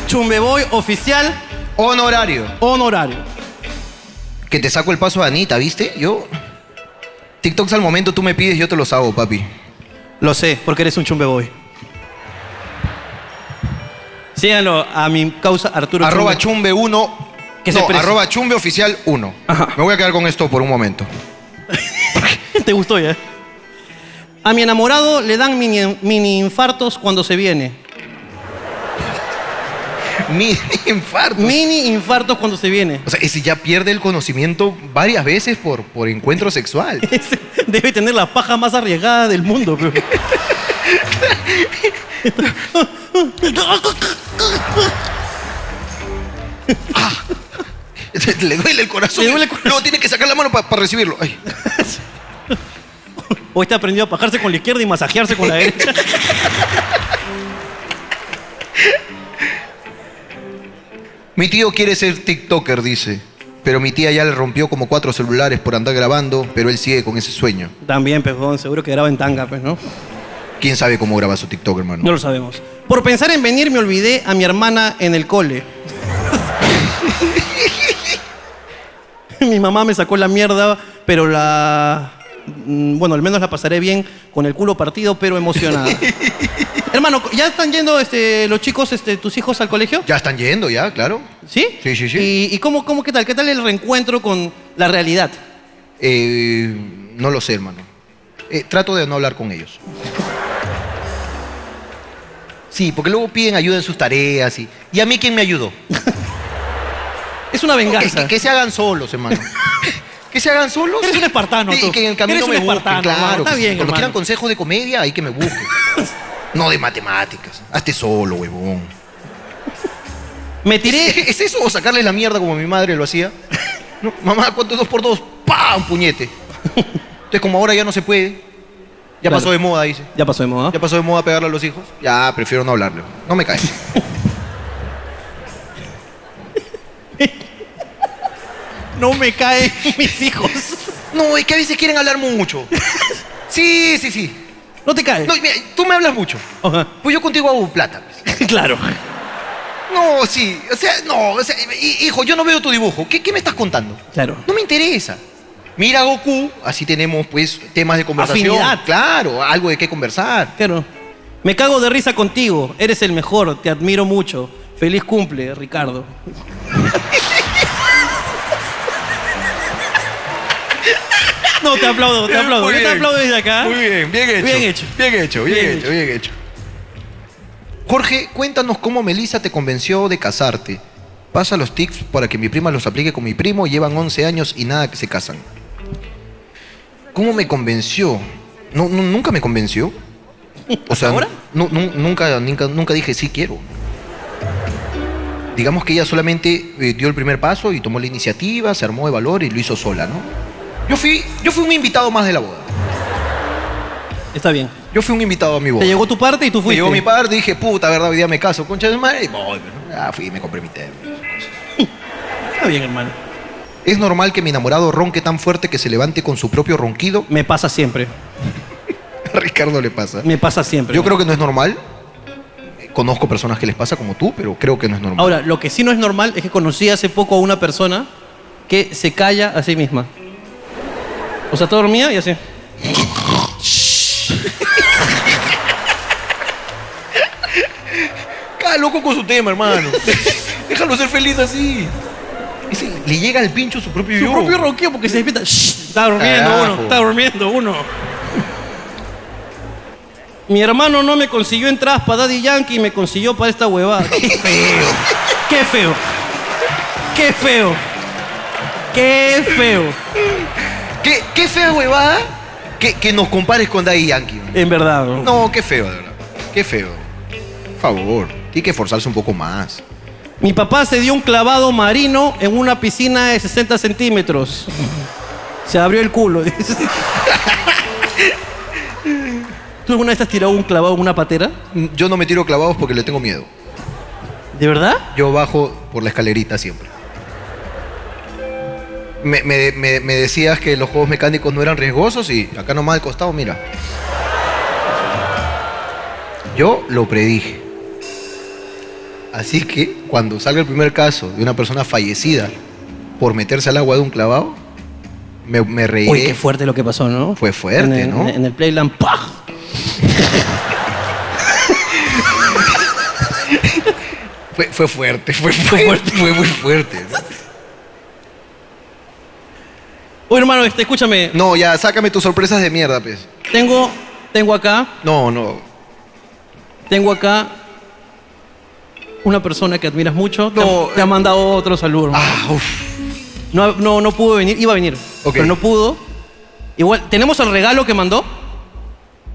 Speaker 1: Chumbeboy oficial,
Speaker 6: Honorario.
Speaker 1: honorario.
Speaker 2: Que te saco el paso a Anita, ¿viste? Yo. TikToks al momento tú me pides, yo te los hago, papi.
Speaker 1: Lo sé, porque eres un Chumbeboy. Síganlo a mi causa Arturo
Speaker 2: Arroba
Speaker 1: Chumbe.
Speaker 2: chumbe 1.
Speaker 1: Que se
Speaker 2: No,
Speaker 1: exprese.
Speaker 2: arroba chumbe oficial 1. Me voy a quedar con esto por un momento.
Speaker 1: Te gustó ya. A mi enamorado le dan mini, mini infartos cuando se viene.
Speaker 2: Mini infarto.
Speaker 1: Mini infartos cuando se viene.
Speaker 2: O sea, ese ya pierde el conocimiento varias veces por, por encuentro sexual.
Speaker 1: Ese Debe tener la paja más arriesgada del mundo. pero-
Speaker 2: Le duele el corazón.
Speaker 1: Le duele el corazón.
Speaker 2: No, tiene que sacar la mano para recibirlo. Ay.
Speaker 1: Hoy te este aprendió a pajarse con la izquierda y masajearse con la derecha.
Speaker 2: Mi tío quiere ser TikToker, dice. Pero mi tía ya le rompió como cuatro celulares por andar grabando, pero él sigue con ese sueño.
Speaker 1: También, pejón, seguro que graba en tanga, pues, ¿no?
Speaker 2: ¿Quién sabe cómo graba su TikTok, hermano?
Speaker 1: No lo sabemos. Por pensar en venir me olvidé a mi hermana en el cole. mi mamá me sacó la mierda, pero la... mm, Bueno, al menos la pasaré bien con el culo partido, pero emocionada. Hermano, ¿ya están yendo este, los chicos, este, tus hijos al colegio?
Speaker 2: Ya están yendo, ya, claro.
Speaker 1: ¿Sí?
Speaker 2: Sí, sí, sí.
Speaker 1: ¿Y, y cómo, cómo, qué tal? ¿Qué tal el reencuentro con la realidad?
Speaker 2: Eh, no lo sé, hermano. Eh, trato de no hablar con ellos. Sí, porque luego piden ayuda en sus tareas y... ¿Y a mí quién me ayudó?
Speaker 1: Es una
Speaker 2: Que,
Speaker 1: venganza.
Speaker 2: que- que se hagan solos, hermano. que se hagan solos.
Speaker 1: Eres un espartano,
Speaker 2: Y
Speaker 1: tú.
Speaker 2: que en el camino
Speaker 1: Eres un
Speaker 2: me busquen,
Speaker 1: espartano, hermano.
Speaker 2: claro.
Speaker 1: Está
Speaker 2: que sí.
Speaker 1: bien,
Speaker 2: Cuando
Speaker 1: hermano.
Speaker 2: quieran consejos de comedia, ahí que me busquen. No de matemáticas. Hazte solo, huevón.
Speaker 1: Me tiré.
Speaker 2: ¿Es, es eso o sacarle la mierda como mi madre lo hacía? No, mamá, ¿cuánto es dos por dos? ¡Pam! Puñete. Entonces, como ahora ya no se puede. Ya
Speaker 1: Claro.
Speaker 2: pasó de moda, dice.
Speaker 1: Ya pasó de moda.
Speaker 2: Ya pasó de moda pegarle a los hijos. Ya, prefiero no hablarle. No me cae.
Speaker 1: No me caen mis hijos.
Speaker 2: No, es que a veces quieren hablar mucho. Sí, sí, sí.
Speaker 1: No te caes.
Speaker 2: No, mira, tú me hablas mucho. Pues yo contigo hago plata.
Speaker 1: claro.
Speaker 2: No, sí. O sea, no. o sea, hi- hijo, yo no veo tu dibujo. ¿Qué, qué me estás contando?
Speaker 1: Claro.
Speaker 2: No me interesa. Mira a Goku, así tenemos pues temas de conversación.
Speaker 1: Afinidad.
Speaker 2: Claro, algo de qué conversar.
Speaker 1: Claro. Me cago de risa contigo. Eres el mejor. Te admiro mucho. Feliz cumple, Ricardo. No, te aplaudo, te aplaudo.
Speaker 2: Muy
Speaker 1: Yo te
Speaker 2: bien.
Speaker 1: aplaudo desde acá.
Speaker 2: Muy bien, bien hecho.
Speaker 1: Bien hecho.
Speaker 2: Bien hecho, bien,
Speaker 1: Bien
Speaker 2: hecho, bien hecho. Jorge, cuéntanos cómo Melissa te convenció de casarte. Pasa los tips para que mi prima los aplique con mi primo. Llevan 11 años y nada que se casan. ¿Cómo me convenció? No, no, nunca me convenció. O sea,
Speaker 1: ahora?
Speaker 2: nu- nu- nunca, nunca, nunca dije sí quiero. Digamos que ella solamente eh, dio el primer paso y tomó la iniciativa, se armó de valor y lo hizo sola, ¿no? Yo fui, yo fui un invitado más de la boda.
Speaker 1: Está bien.
Speaker 2: Yo fui un invitado a mi boda.
Speaker 1: Te llegó tu parte y tú
Speaker 2: Me
Speaker 1: fuiste.
Speaker 2: llegó mi parte y dije, puta, verdad, hoy día me caso, concha de madre. Y voy, pero, ah, fui y me compré mi té.
Speaker 1: Está bien, hermano.
Speaker 2: ¿Es normal que mi enamorado ronque tan fuerte que se levante con su propio ronquido?
Speaker 1: Me pasa siempre.
Speaker 2: A Ricardo le pasa.
Speaker 1: Me pasa siempre.
Speaker 2: Yo creo que no es normal. Eh, Conozco personas que les pasa como tú, pero creo que no es normal.
Speaker 1: Ahora, lo que sí no es normal es que conocí hace poco a una persona que se calla a sí misma. O sea, está dormida y así.
Speaker 2: Cada loco con su tema, hermano. Déjalo ser feliz así. Ese- le llega al pincho su propio
Speaker 1: Su
Speaker 2: yo.
Speaker 1: propio ronquido porque se despierta. Shh, está durmiendo
Speaker 2: Carajo.
Speaker 1: uno, está durmiendo uno. Mi hermano no me consiguió entradas para Daddy Yankee y me consiguió para esta huevada. Qué feo. Qué feo. Qué feo. Qué feo.
Speaker 2: ¿Qué, qué fea huevada que, que nos compares con Daddy Yankee.
Speaker 1: En verdad. No,
Speaker 2: No, qué feo, de verdad. Qué feo. Por favor, tiene que esforzarse un poco más.
Speaker 1: Mi papá se dio un clavado marino en una piscina de 60 centímetros. Se abrió el culo. dice. ¿Tú alguna vez has tirado un clavado en una patera?
Speaker 2: Mm, Yo no me tiro clavados porque le tengo miedo.
Speaker 1: ¿De verdad?
Speaker 2: Yo bajo por la escalerita siempre. Me, me- me- me decías que los juegos mecánicos no eran riesgosos y acá nomás al costado, mira. Yo lo predije. Así que cuando salga el primer caso de una persona fallecida por meterse al agua de un clavado, me, me reiré.
Speaker 1: Uy, qué fuerte lo que pasó, ¿no?
Speaker 2: Fue fuerte,
Speaker 1: en el,
Speaker 2: ¿no?
Speaker 1: En el Playland, ¡pah!
Speaker 2: Fue, fue fuerte, fue, fuerte, fue muy fuerte.
Speaker 1: Uy, hermano, este, escúchame.
Speaker 2: No, ya, sácame tus sorpresas de mierda, pues.
Speaker 1: Tengo, tengo acá,
Speaker 2: No, no.
Speaker 1: tengo acá una persona que admiras mucho. Te, ha-
Speaker 2: No,
Speaker 1: te ha mandado otro saludo, hermano.
Speaker 2: Ah, uf.
Speaker 1: No, no, no pudo venir, iba a venir,
Speaker 2: Ok.
Speaker 1: pero no pudo. Igual, ¿tenemos el regalo que mandó?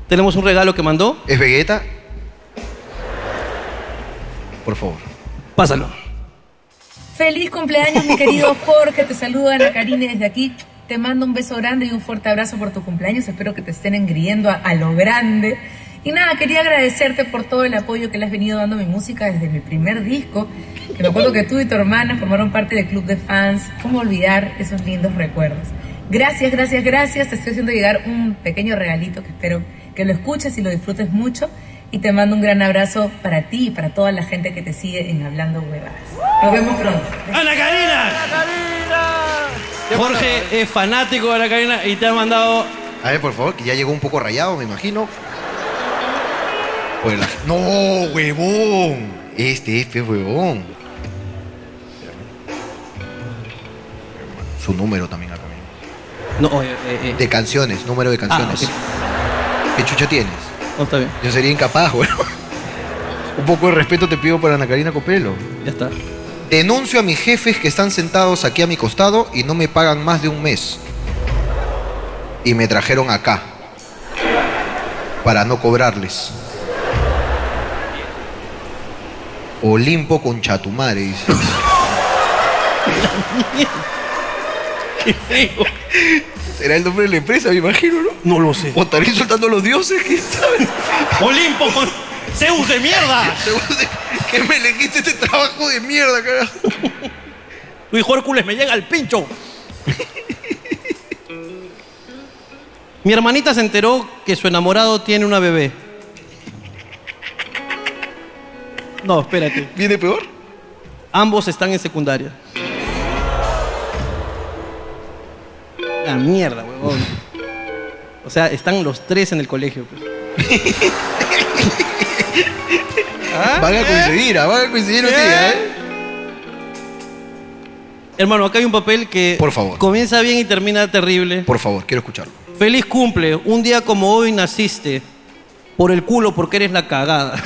Speaker 1: Tenemos un regalo que mandó.
Speaker 2: ¿Es Vegeta? Por favor.
Speaker 1: Pásalo.
Speaker 15: Feliz cumpleaños, mi querido Jorge. Te saludo Ana Karine desde aquí. Te mando un beso grande y un fuerte abrazo por tu cumpleaños. Espero que te estén engriendo a, a lo grande. Y nada, quería agradecerte por todo el apoyo que le has venido dando a mi música desde mi primer disco. Que me acuerdo que tú y tu hermana formaron parte del club de fans. ¿Cómo olvidar esos lindos recuerdos? Gracias, gracias, gracias. Te estoy haciendo llegar un pequeño regalito que espero que lo escuches y lo disfrutes mucho. Y te mando un gran abrazo para ti y para toda la gente que te sigue en Hablando Huevadas. Nos vemos pronto.
Speaker 1: ¡Ana Karina! Jorge es fanático de Ana Karina y te ha mandado.
Speaker 2: A ver, por favor, que ya llegó un poco rayado, me imagino. Por la- No, huevón. Este es pues, huevón. Su número también acá.
Speaker 1: No, oye, eh, eh.
Speaker 2: De canciones, número de canciones. ¿Qué chucha tienes?
Speaker 1: No, está bien.
Speaker 2: Yo sería incapaz, huevón. Un poco de respeto te pido para Ana Karina Copelo.
Speaker 1: Ya está.
Speaker 2: Denuncio a mis jefes que están sentados aquí a mi costado y no me pagan más de un mes. Y me trajeron acá. Para no cobrarles. Olimpo con Chatumare, dice.
Speaker 1: ¡Qué feo!
Speaker 2: Será el nombre de la empresa, me imagino, ¿no?
Speaker 1: No lo sé.
Speaker 2: O estaré insultando a los dioses, ¿quién sabe?
Speaker 1: ¡Olimpo con Zeus de mierda!
Speaker 2: ¿Qué me elegiste este trabajo de mierda, carajo?
Speaker 1: Tu hijo Hércules me llega al pincho. Mi hermanita se enteró que su enamorado tiene una bebé. No, espérate.
Speaker 2: ¿Viene peor?
Speaker 1: Ambos están en secundaria. La mierda, huevón. O sea, están los tres en el colegio. pues.
Speaker 2: Van a coincidir, ah, van a coincidir un día, ¿eh?
Speaker 1: Hermano, acá hay un papel que
Speaker 2: Por favor.
Speaker 1: comienza bien y termina terrible.
Speaker 2: eh. Por favor, quiero escucharlo.
Speaker 1: Feliz cumple, un día como hoy naciste. Por el culo, porque eres la cagada.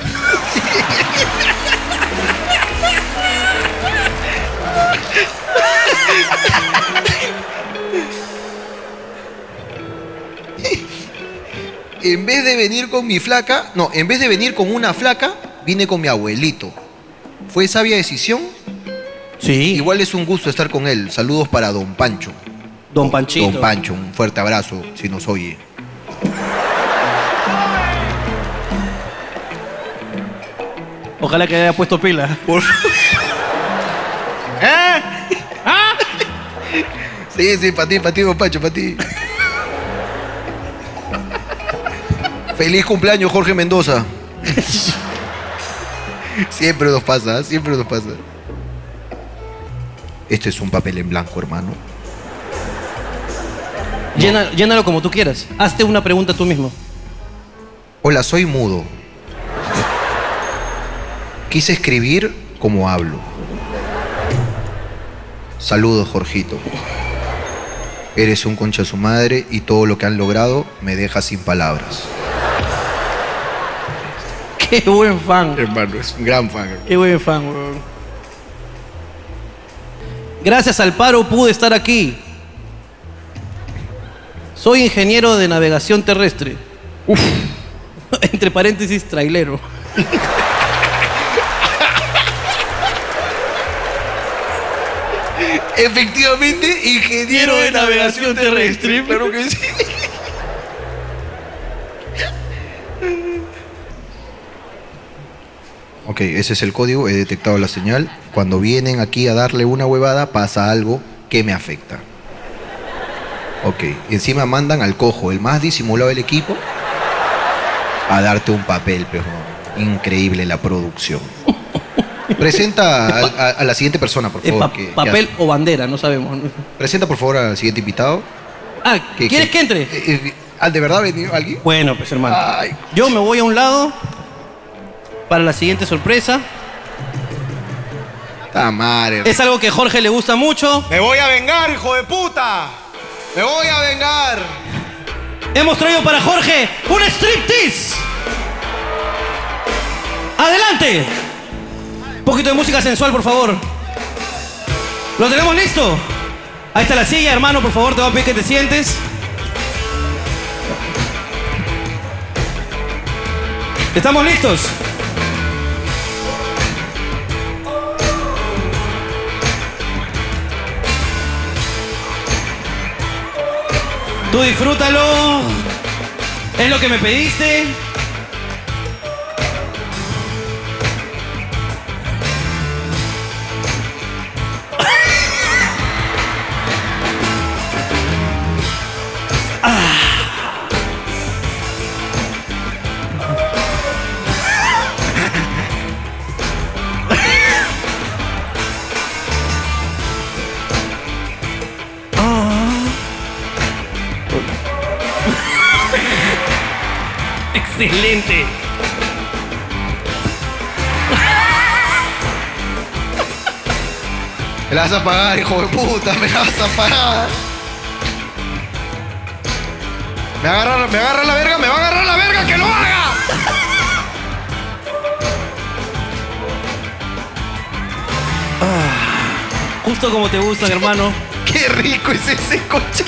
Speaker 2: En vez de venir con mi flaca, no, en vez de venir con una flaca, vine con mi abuelito. ¿Fue sabia decisión?
Speaker 1: Sí.
Speaker 2: Igual es un gusto estar con él. Saludos para Don Pancho.
Speaker 1: Don Panchito.
Speaker 2: Don Pancho, un fuerte abrazo si nos oye.
Speaker 1: Ojalá que haya puesto pila.
Speaker 2: ¿Eh? Sí, sí, para ti, para ti, Don Pancho, para ti. Feliz cumpleaños, Jorge Mendoza. siempre nos pasa, siempre nos pasa. Este es un papel en blanco, hermano.
Speaker 1: Llena- llénalo como tú quieras. Hazte una pregunta tú mismo.
Speaker 2: Hola, soy mudo. Quise escribir como hablo. Saludos, Jorgito. Eres un concha de su madre y todo lo que han logrado me deja sin palabras.
Speaker 1: Qué buen fan.
Speaker 2: Hermano, es un gran fan.
Speaker 1: Qué buen fan, weón. Gracias al paro pude estar aquí. Soy ingeniero de navegación terrestre. Uf. Entre paréntesis, trailero.
Speaker 2: Efectivamente, ingeniero de navegación terrestre. Claro que sí. Ok, ese es el código, he detectado la señal. Cuando vienen aquí a darle una huevada, pasa algo que me afecta. Ok, encima mandan al cojo, el más disimulado del equipo, a darte un papel, pero increíble la producción. Presenta a, a- a la siguiente persona, por
Speaker 1: Eh,
Speaker 2: favor.
Speaker 1: pa-
Speaker 2: que- que
Speaker 1: papel o bandera, no sabemos. ¿no?
Speaker 2: Presenta por favor al siguiente invitado.
Speaker 1: Ah,
Speaker 2: Que-
Speaker 1: ¿quieres
Speaker 2: que-
Speaker 1: que entre?
Speaker 2: ¿Al eh, ah, de verdad ha venido alguien?
Speaker 1: Bueno, pues hermano. Yo me voy a un lado para la siguiente sorpresa.
Speaker 2: Tamare.
Speaker 1: Es algo que a Jorge le gusta mucho.
Speaker 6: ¡Me voy a vengar, hijo de puta! ¡Me voy a vengar!
Speaker 1: Hemos traído para Jorge un striptease. Adelante. Un poquito de música sensual, por favor. ¿Lo tenemos listo? Ahí está la silla, hermano, por favor, te voy a pedir que te sientes. ¿Estamos listos? Tú disfrútalo. Es lo que me pediste. Excelente.
Speaker 2: Me la vas a pagar, hijo de puta, me la vas a pagar. Me agarra, me agarra la verga, me va a agarrar la verga, que lo haga.
Speaker 1: Justo como te gustan, hermano.
Speaker 2: Qué rico es ese coche.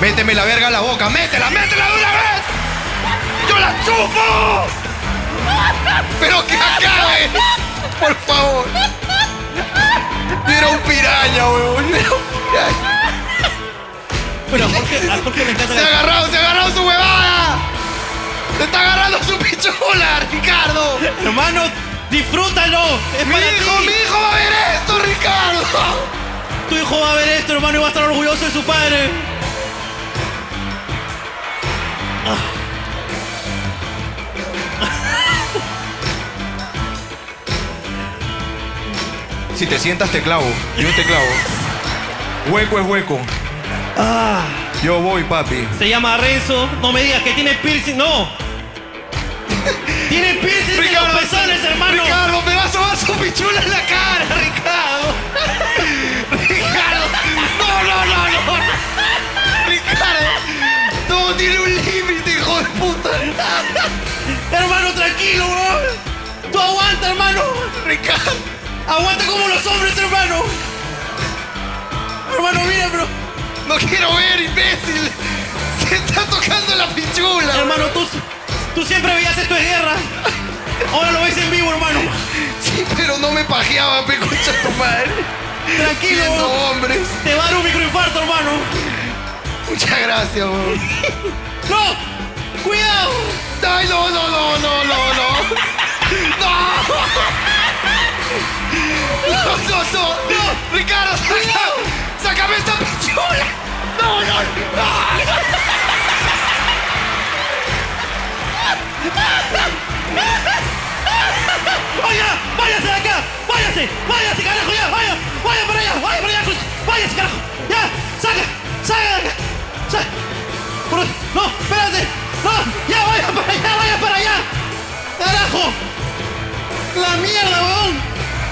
Speaker 2: Méteme la verga a la boca, métela, métela de una vez. ¡Yo la chupo! ¡Pero que acabe! Por favor. Yo era un piraña, huevón. Yo era un piraña.
Speaker 1: Bueno, Jorge, a Jorge le encanta
Speaker 2: Se ha agarrado, se ha agarrado su huevada. Se está agarrando su pichola, Ricardo.
Speaker 1: Hermano, disfrútalo.
Speaker 2: mi hijo, mi hijo va a ver esto, Ricardo.
Speaker 1: Tu hijo va a ver esto, hermano, y va a estar orgulloso de su padre.
Speaker 2: Si te sientas, te clavo. Yo te clavo. Hueco es hueco.
Speaker 1: Ah.
Speaker 2: Yo voy, papi.
Speaker 1: Se llama Renzo. No me digas que tiene piercing. No. tiene piercing en
Speaker 2: Ricardo,
Speaker 1: los pezones, hermano.
Speaker 2: Ricardo, me vas a sobar su pichula en la cara, Ricardo. Ricardo, no, no, no, no. Ricardo, todo tiene un límite, hijo de puta.
Speaker 1: Hermano, tranquilo, bro. Tú aguanta, hermano.
Speaker 2: Ricardo.
Speaker 1: Aguanta como los hombres, hermano. Hermano, mira, bro.
Speaker 2: No quiero ver, imbécil. Se está tocando la pichula.
Speaker 1: Hermano, tú, tú siempre veías esto de guerra. Ahora lo ves en vivo, hermano.
Speaker 2: Sí, pero no me pajeaba, me escucha tu madre.
Speaker 1: Tranquilo,
Speaker 2: Viendo
Speaker 1: bro.
Speaker 2: hombres.
Speaker 1: Te va a dar un microinfarto, hermano.
Speaker 2: Muchas gracias, bro.
Speaker 1: ¡No! ¡Cuidado!
Speaker 2: Ay, no, no, no, no, no, no. No. No, no, no. no. Ricardo, saca, sácame esta pichula. No, no,
Speaker 1: ¡Vaya! ¡Váyase de acá! ¡Váyase! ¡Váyase, carajo! ¡Ya! ¡Vaya! ¡Vaya para allá! ¡Vaya para allá! Cruz! ¡Váyase, carajo! ¡Ya! ¡Saca! ¡Saca de acá! ¡Saca! Cruz, ¡No! ¡Espérate! ¡No! ¡Ya! ¡Vaya para allá! ¡Vaya para allá! ¡Carajo! ¡La mierda, weón!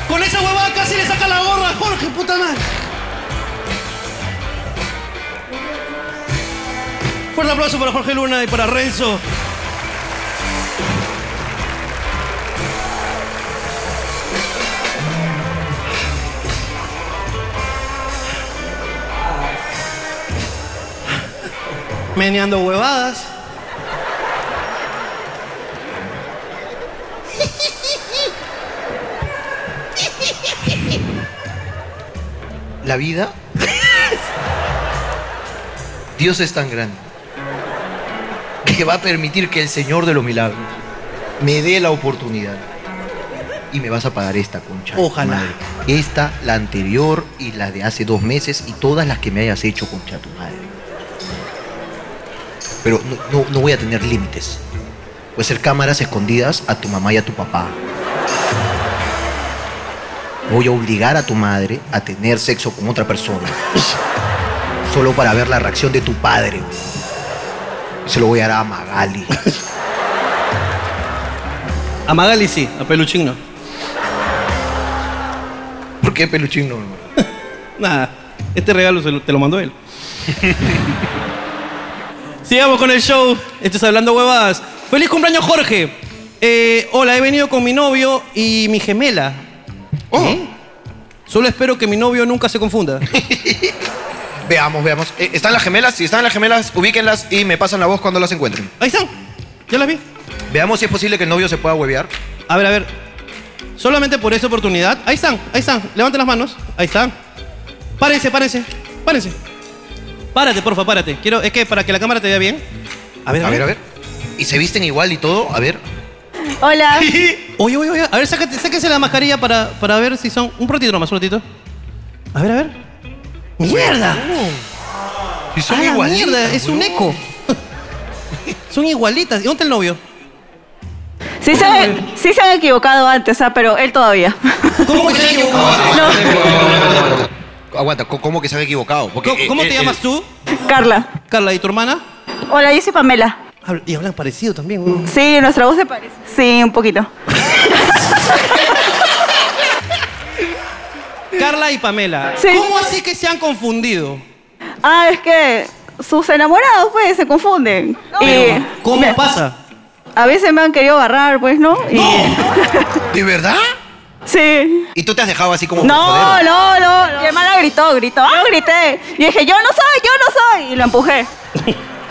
Speaker 1: Con esa huevada casi le saca la gorra a Jorge, puta madre. Fuerte aplauso para Jorge Luna y para Renzo. meneando huevadas.
Speaker 3: La vida. Dios es tan grande que va a permitir que el Señor de los Milagros me dé la oportunidad. Y me vas a pagar esta concha. de tu
Speaker 1: Ojalá.
Speaker 3: madre. Esta, la anterior y la de hace dos meses y todas las que me hayas hecho concha de tu madre. Pero no, no- no voy a tener límites. Voy a hacer cámaras escondidas a tu mamá y a tu papá. Voy a obligar a tu madre a tener sexo con otra persona. Solo para ver la reacción de tu padre. Se lo voy a dar a Magali.
Speaker 1: A Magali sí, a Peluchín no.
Speaker 3: ¿Por qué Peluchín no? hermano?
Speaker 1: Nada, este regalo se lo- te lo mandó él. Sigamos con el show. Esto es Hablando Huevadas. ¡Feliz cumpleaños, Jorge! Eh, hola, he venido con mi novio y mi gemela. ¿Eh?
Speaker 3: Oh,
Speaker 1: Solo espero que mi novio nunca se confunda.
Speaker 3: Veamos, veamos. Eh, ¿Están las gemelas? Si están las gemelas, ubíquenlas y me pasan la voz cuando las encuentren.
Speaker 1: Ahí están. Ya las vi.
Speaker 3: Veamos si es posible que el novio se pueda huevear.
Speaker 1: A ver, a ver. Solamente por esta oportunidad. Ahí están, ahí están. Levanten las manos. Ahí están. Párense, párense. Párense. Párate, porfa, párate. Quiero, es que para que la cámara te vea bien. A ver,
Speaker 3: a ver, a ver. ¿Y se visten igual y todo? A ver.
Speaker 1: Hola. oye, oye, oye. A ver, sácate, sáquense la mascarilla para, para ver si son. Un ratito nomás, un ratito. A ver, a ver. ¡Mierda!
Speaker 3: Y son
Speaker 1: ¡A la
Speaker 3: igualitas,
Speaker 1: mierda! Es un
Speaker 3: huevón.
Speaker 1: eco. son igualitas. ¿Y dónde está el novio?
Speaker 12: Sí se, han- sí se han equivocado antes, ah, pero él todavía.
Speaker 1: ¿Cómo que se han equivocado?
Speaker 3: Aguanta, co- ¿cómo que se había equivocado? Porque,
Speaker 1: ¿Cómo,
Speaker 3: eh,
Speaker 1: cómo
Speaker 3: eh,
Speaker 1: te llamas
Speaker 3: eh,
Speaker 1: tú?
Speaker 12: Carla.
Speaker 1: Carla, ¿y tu hermana?
Speaker 12: Hola, yo soy Pamela.
Speaker 1: Habla- Y hablan parecido también, huevón.
Speaker 12: Sí, nuestra voz se parece. Sí, un poquito.
Speaker 1: Carla y Pamela.
Speaker 12: Sí.
Speaker 1: ¿Cómo así que se han confundido?
Speaker 12: Ah, es que sus enamorados, pues, se confunden.
Speaker 1: Pero,
Speaker 12: Y
Speaker 1: ¿Cómo pasa?
Speaker 12: a veces me han querido agarrar, pues, ¿no? Y-
Speaker 3: ¿De verdad?
Speaker 12: Sí.
Speaker 3: ¿Y tú te has dejado así
Speaker 2: Oh,
Speaker 3: como por
Speaker 12: No,
Speaker 3: joder?
Speaker 12: no, no, no. Mi hermana gritó, gritó. Ah, grité. Y dije, yo no soy, yo no soy. Y lo empujé.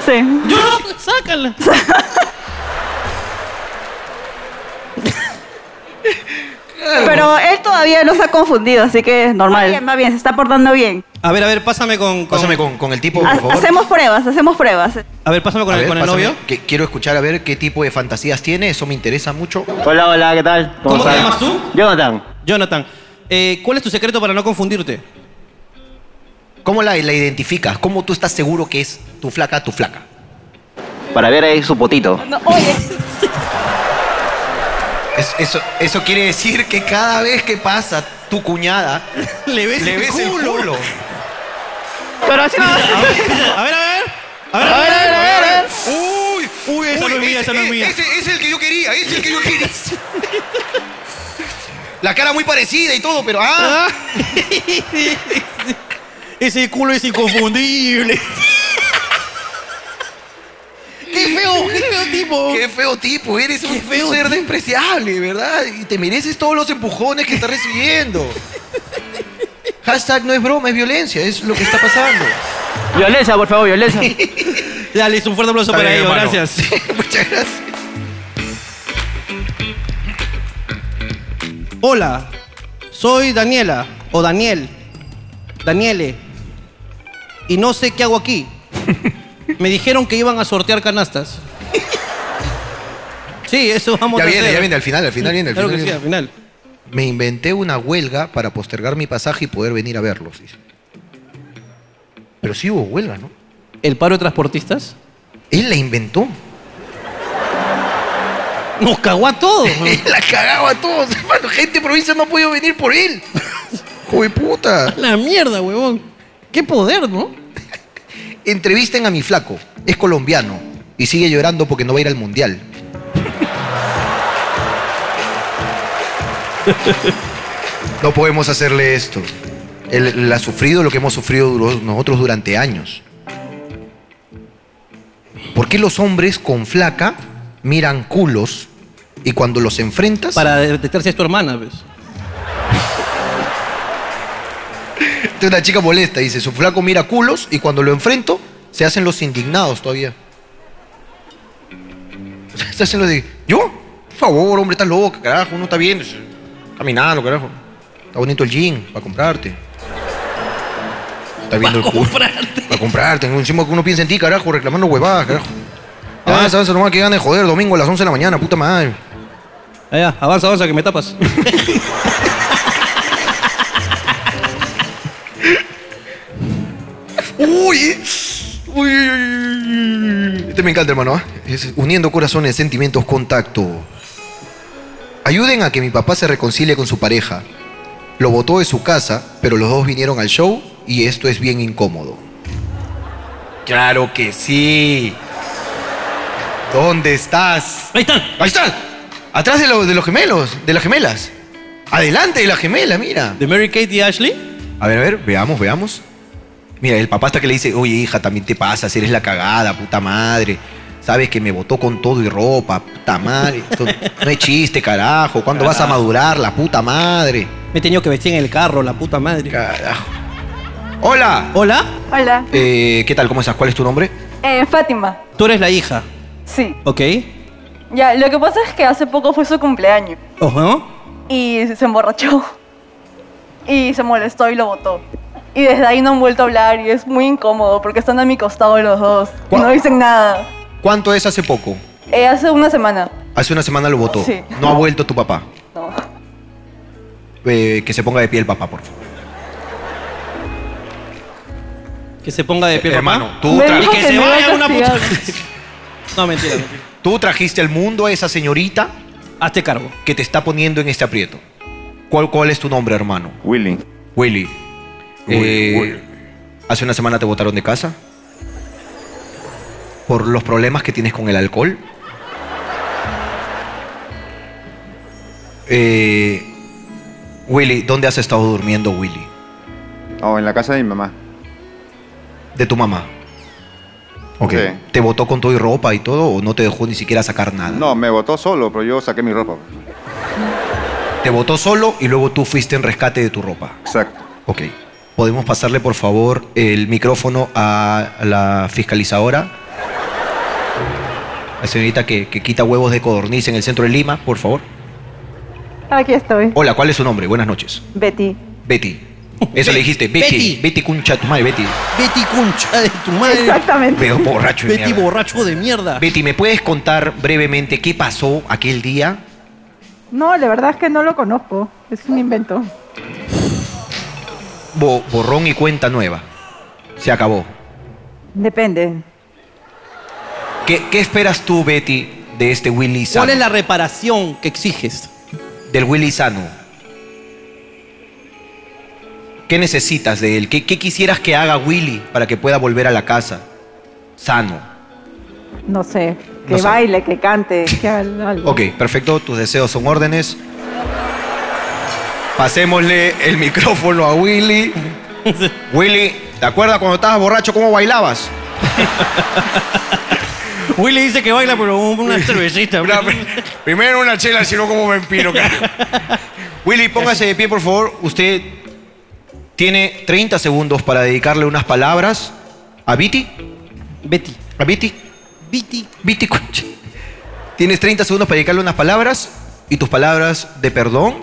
Speaker 16: Sí.
Speaker 1: Yo no, sácala.
Speaker 17: Pero él todavía no se ha confundido, así que es normal. Va bien, va bien, se está portando bien.
Speaker 1: A ver, a ver, pásame con.
Speaker 2: Pásame con, con el tipo,
Speaker 17: Ha-
Speaker 2: Oh, por favor.
Speaker 17: hacemos pruebas, hacemos pruebas.
Speaker 1: A ver, pásame con,
Speaker 2: A
Speaker 1: el,
Speaker 2: ver,
Speaker 1: con el
Speaker 2: pásame,
Speaker 1: novio.
Speaker 2: que quiero escuchar a ver qué tipo de fantasías tiene, eso me interesa mucho.
Speaker 7: Hola, hola, ¿qué tal?
Speaker 1: ¿Cómo, te llamas tú?
Speaker 7: Jonathan.
Speaker 1: Jonathan. Eh, ¿Cuál es tu secreto para no confundirte?
Speaker 2: ¿Cómo la, la identificas? ¿Cómo tú estás seguro que es tu flaca, tu flaca?
Speaker 7: Para ver ahí su potito.
Speaker 17: No, oye,
Speaker 2: Es- eso, eso quiere decir que cada vez que pasa tu cuñada,
Speaker 1: le ves,
Speaker 2: le ves el culo.
Speaker 7: Pero así no.
Speaker 1: A ver, a ver. A ver, a ver, a ver. Uy, uy, esa no es mía, esa no es mía.
Speaker 2: Ese, ese es el que yo quería, ese es el que yo quería. La cara muy parecida y todo, pero ah.
Speaker 1: Ese culo es inconfundible.
Speaker 2: ¡Qué feo, qué feo tipo! ¡Qué feo tipo! Eres un
Speaker 1: feo
Speaker 2: ser
Speaker 1: tipo.
Speaker 2: despreciable, ¿verdad? Y te mereces todos los empujones que estás recibiendo. Hashtag no es broma, es violencia, es lo que está pasando.
Speaker 7: Violencia, por favor, violencia.
Speaker 1: Dale, un fuerte aplauso
Speaker 2: Está
Speaker 1: para
Speaker 2: bien,
Speaker 1: ellos,
Speaker 2: hermano.
Speaker 1: gracias.
Speaker 2: Muchas gracias.
Speaker 1: Hola, soy Daniela o Daniel. Daniele. Y no sé qué hago aquí. Me dijeron que iban a sortear canastas. Sí, eso vamos
Speaker 2: Ya
Speaker 1: a hacer.
Speaker 2: viene, ya viene, al final, al final viene, al
Speaker 1: Claro
Speaker 2: final
Speaker 1: que sí, al final.
Speaker 2: Me inventé una huelga para postergar mi pasaje y poder venir a verlos. dice. Pero sí hubo huelga, ¿no?
Speaker 1: ¿El paro de transportistas?
Speaker 2: Él la inventó.
Speaker 1: Nos cagó a todos.
Speaker 2: la cagaba a todos, hermano. Gente de provincia no ha podido venir por él. Joder puta.
Speaker 1: La mierda, huevón. Qué poder, ¿no?
Speaker 2: Entrevisten a mi flaco. Es colombiano y sigue llorando porque no va a ir al mundial. No podemos hacerle esto. Él, él ha sufrido lo que hemos sufrido duro- nosotros durante años. ¿Por qué los hombres con flaca miran culos y cuando los enfrentas
Speaker 1: Para detectar si es tu hermana, ¿ves?
Speaker 2: Esta es una chica molesta, dice, su flaco mira culos y cuando lo enfrento se hacen los indignados todavía. Se hacen los de, ¿yo? Por favor, hombre, estás loco, carajo, uno está bien, es- caminando, carajo. Está bonito el jean, para comprarte. Está viendo el culo. Para comprarte, encima que uno piensa en ti, carajo, reclamando huevadas, carajo. Ah, Avanza, avanza, nomás que gane, joder, domingo a las 11 de la mañana, puta madre.
Speaker 1: Allá, avanza, avanza, que me tapas.
Speaker 2: Uy, uy, uy, uy. Este me encanta, hermano. ¿ah? Es uniendo corazones, sentimientos, contacto. Ayuden a que mi papá se reconcilie con su pareja. Lo botó de su casa, pero los dos vinieron al show y esto es bien incómodo. Claro que sí. ¿Dónde estás?
Speaker 1: Ahí están.
Speaker 2: Ahí están. Atrás de, lo- de los gemelos, de las gemelas. Adelante de la gemela, mira.
Speaker 1: ¿De Mary Kate y Ashley?
Speaker 2: A ver, a ver, veamos, veamos. Mira, el papá hasta que le dice, oye hija, también te pasas, eres la cagada, puta madre. Sabes que me botó con todo y ropa, puta madre. Esto No es chiste, carajo. ¿Cuándo vas a
Speaker 1: Carajo.
Speaker 2: madurar, la puta madre?
Speaker 1: Me he tenido que vestir en el carro, la puta madre.
Speaker 2: Carajo. Hola.
Speaker 1: Hola.
Speaker 18: Hola,
Speaker 2: Eh, ¿Qué tal? ¿Cómo estás? ¿Cuál es tu nombre?
Speaker 18: eh, Fátima.
Speaker 1: Tú eres la hija,
Speaker 18: Sí,
Speaker 1: ¿ok?
Speaker 18: ya, lo que pasa es que hace poco fue su cumpleaños
Speaker 1: Ojo.
Speaker 18: y se emborrachó y se molestó y lo botó. Y desde ahí no han vuelto a hablar y es muy incómodo porque están a mi costado los dos y no dicen nada.
Speaker 2: ¿Cuánto es hace poco?
Speaker 18: Eh, hace una semana.
Speaker 2: Hace una semana lo votó.
Speaker 18: Sí.
Speaker 2: No ha vuelto tu papá.
Speaker 18: No.
Speaker 2: Eh, que se ponga de pie el papá, por favor.
Speaker 1: Que se ponga de pie,
Speaker 2: Hermano, tú
Speaker 1: papá.
Speaker 2: tra-
Speaker 1: Y que se vaya una puta.
Speaker 2: No, mentira, Tú trajiste al mundo a esa señorita.
Speaker 1: Hazte cargo.
Speaker 2: Que te está poniendo en este aprieto. ¿Cuál, cuál es tu nombre, hermano?
Speaker 7: Willy.
Speaker 2: Willy. Eh,
Speaker 7: Willy.
Speaker 2: Hace una semana te botaron de casa. Por los problemas que tienes con el alcohol. Eh, Willy, ¿dónde has estado durmiendo, Willy?
Speaker 19: Oh, en la casa de mi mamá.
Speaker 2: De tu mamá. Ok.
Speaker 19: Sí.
Speaker 2: ¿Te botó con todo y ropa y todo o no te dejó ni siquiera sacar nada?
Speaker 19: No, me votó solo, pero yo saqué mi ropa.
Speaker 2: Te botó solo y luego tú fuiste en rescate de tu ropa.
Speaker 19: Exacto.
Speaker 2: Ok. podemos pasarle por favor el micrófono a la fiscalizadora. La señorita que, que quita huevos de codorniz en el centro de Lima, por favor.
Speaker 18: Aquí estoy.
Speaker 2: Hola, ¿cuál es su nombre? Buenas noches.
Speaker 18: Betty.
Speaker 2: Betty. Eso le dijiste, Betty. Betty, cuncha de tu madre, Betty.
Speaker 1: Betty Concha de tu madre.
Speaker 18: Exactamente.
Speaker 2: Veo borracho de
Speaker 1: Betty
Speaker 2: mierda.
Speaker 1: borracho de mierda.
Speaker 2: Betty, ¿me puedes contar brevemente qué pasó aquel día?
Speaker 18: No, la verdad es que no lo conozco. Es un invento.
Speaker 2: Bo- borrón y cuenta nueva. Se acabó.
Speaker 18: Depende.
Speaker 2: ¿Qué, qué esperas tú, Betty, de este Willy sano?
Speaker 1: ¿Cuál es la reparación que exiges?
Speaker 2: Del Willy sano. ¿Qué necesitas de él? ¿Qué, qué quisieras que haga Willy para que pueda volver a la casa? Sano.
Speaker 18: No sé. Que
Speaker 2: No sé.
Speaker 18: baile, que cante, que haga algo.
Speaker 2: Ok, perfecto. Tus deseos son órdenes. Pasémosle el micrófono a Willy. Willy, ¿te acuerdas cuando estabas borracho cómo bailabas?
Speaker 1: Willy dice que baila, pero una cervecita.
Speaker 2: Primero una chela, sino como vampiro. Willy, póngase de pie, por favor. Usted tiene 30 segundos para dedicarle unas palabras a Viti.
Speaker 1: Betty.
Speaker 2: ¿A Viti?
Speaker 1: Viti.
Speaker 2: Viti, concha. Tienes 30 segundos para dedicarle unas palabras y tus palabras de perdón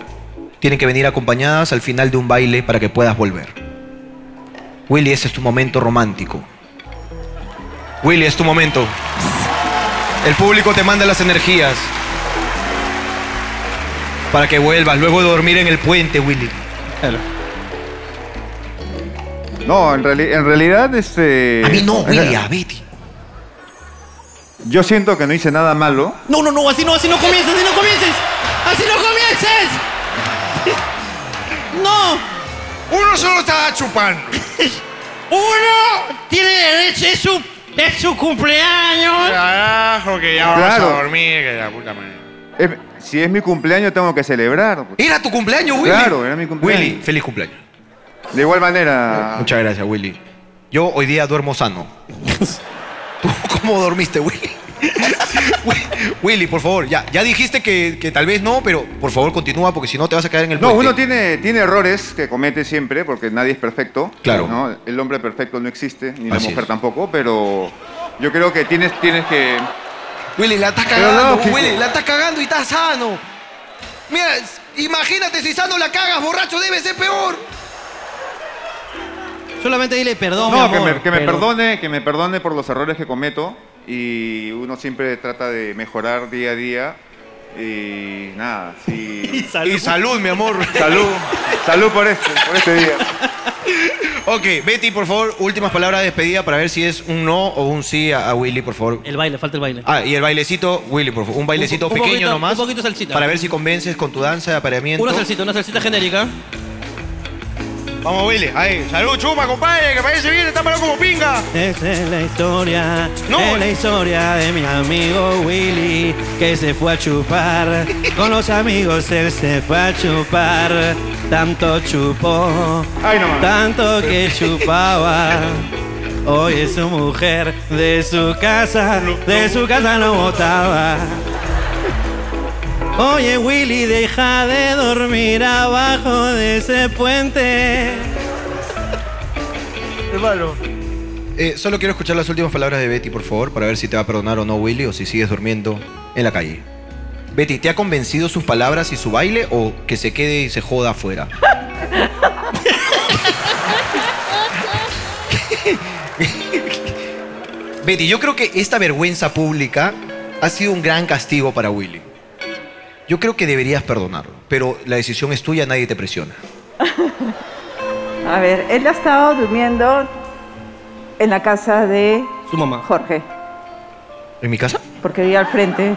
Speaker 2: tienen que venir acompañadas al final de un baile para que puedas volver. Willy, ese es tu momento romántico. Willy, es tu momento. El público te manda las energías para que vuelvas luego de dormir en el puente, Willy.
Speaker 19: No, en, reali- en realidad, este.
Speaker 2: A mí no,
Speaker 19: en
Speaker 2: Willy,
Speaker 19: real-
Speaker 2: a Betty.
Speaker 19: Yo siento que no hice nada malo.
Speaker 1: No, no, no, así no, así no comiences, así no comiences. Así no comiences. No.
Speaker 6: Uno solo está chupando.
Speaker 1: Uno tiene derecho, es su, es su cumpleaños.
Speaker 6: Carajo, que ya vamos
Speaker 19: Claro.
Speaker 6: a dormir, que la puta madre.
Speaker 19: Es- si es mi cumpleaños, tengo que celebrar.
Speaker 2: Era tu cumpleaños, Willy.
Speaker 19: Claro, era mi cumpleaños.
Speaker 2: Willy, feliz cumpleaños.
Speaker 19: De igual manera.
Speaker 2: Muchas gracias, Willy. Yo hoy día duermo sano. ¿Tú cómo dormiste, Willy? Wi- Willy, por favor, ya, ya dijiste que, que tal vez no, pero por favor continúa porque si no te vas a caer en el
Speaker 19: No,
Speaker 2: puente.
Speaker 19: uno tiene, tiene errores que comete siempre porque nadie es perfecto.
Speaker 2: Claro.
Speaker 19: ¿no? El hombre perfecto no existe, ni la
Speaker 2: Así
Speaker 19: mujer
Speaker 2: es.
Speaker 19: tampoco, pero yo creo que tienes, tienes que.
Speaker 2: Willy, la estás
Speaker 19: Pero
Speaker 2: cagando,
Speaker 19: lógico.
Speaker 2: Willy, la estás cagando y estás sano. Mira, s- imagínate si sano la cagas, borracho, debe ser peor.
Speaker 1: Solamente dile perdón. mi
Speaker 19: No, que
Speaker 1: amor,
Speaker 19: me, que me
Speaker 1: pero-
Speaker 19: perdone, que me perdone por los errores que cometo y uno siempre trata de mejorar día a día y nada, sí.
Speaker 2: Y salud. mi amor.
Speaker 19: Salud, salud por este, por este día.
Speaker 2: Ok, Betty, por favor, últimas palabras de despedida para ver si es un no o un sí a, a Willy, por favor.
Speaker 1: El baile, falta el baile.
Speaker 2: Ah, y el bailecito, Willy, por favor, un bailecito
Speaker 1: un
Speaker 2: pequeño
Speaker 1: poquito-
Speaker 2: nomás.
Speaker 1: un poquito salsita.
Speaker 2: Para ver si convences con tu danza de apareamiento.
Speaker 1: Una salsita, una salsita genérica.
Speaker 2: Vamos, Willy. Ahí, salud, chupa, compadre, que parece bien, está malo como pinga.
Speaker 1: Esa es la historia, es la historia de mi amigo Willy que se fue a chupar. Con los amigos él se fue a chupar. Tanto chupó, tanto que chupaba. Hoy es su mujer de su casa, de su casa no votaba. Oye Willy, deja de dormir abajo de ese puente.
Speaker 7: Hermano.
Speaker 2: Eh, solo quiero escuchar las últimas palabras de Betty, por favor, para ver si te va a perdonar o no, Willy, o si sigues durmiendo en la calle. Betty, ¿te ha convencido sus palabras y su baile o que se quede y se joda afuera? Betty, yo creo que esta vergüenza pública ha sido un gran castigo para Willy. Yo creo que deberías perdonarlo, pero la decisión es tuya, nadie te presiona.
Speaker 12: A ver, él ha estado durmiendo en la casa de
Speaker 1: Su mamá.
Speaker 12: Jorge,
Speaker 2: ¿En mi casa?
Speaker 12: porque vive al frente.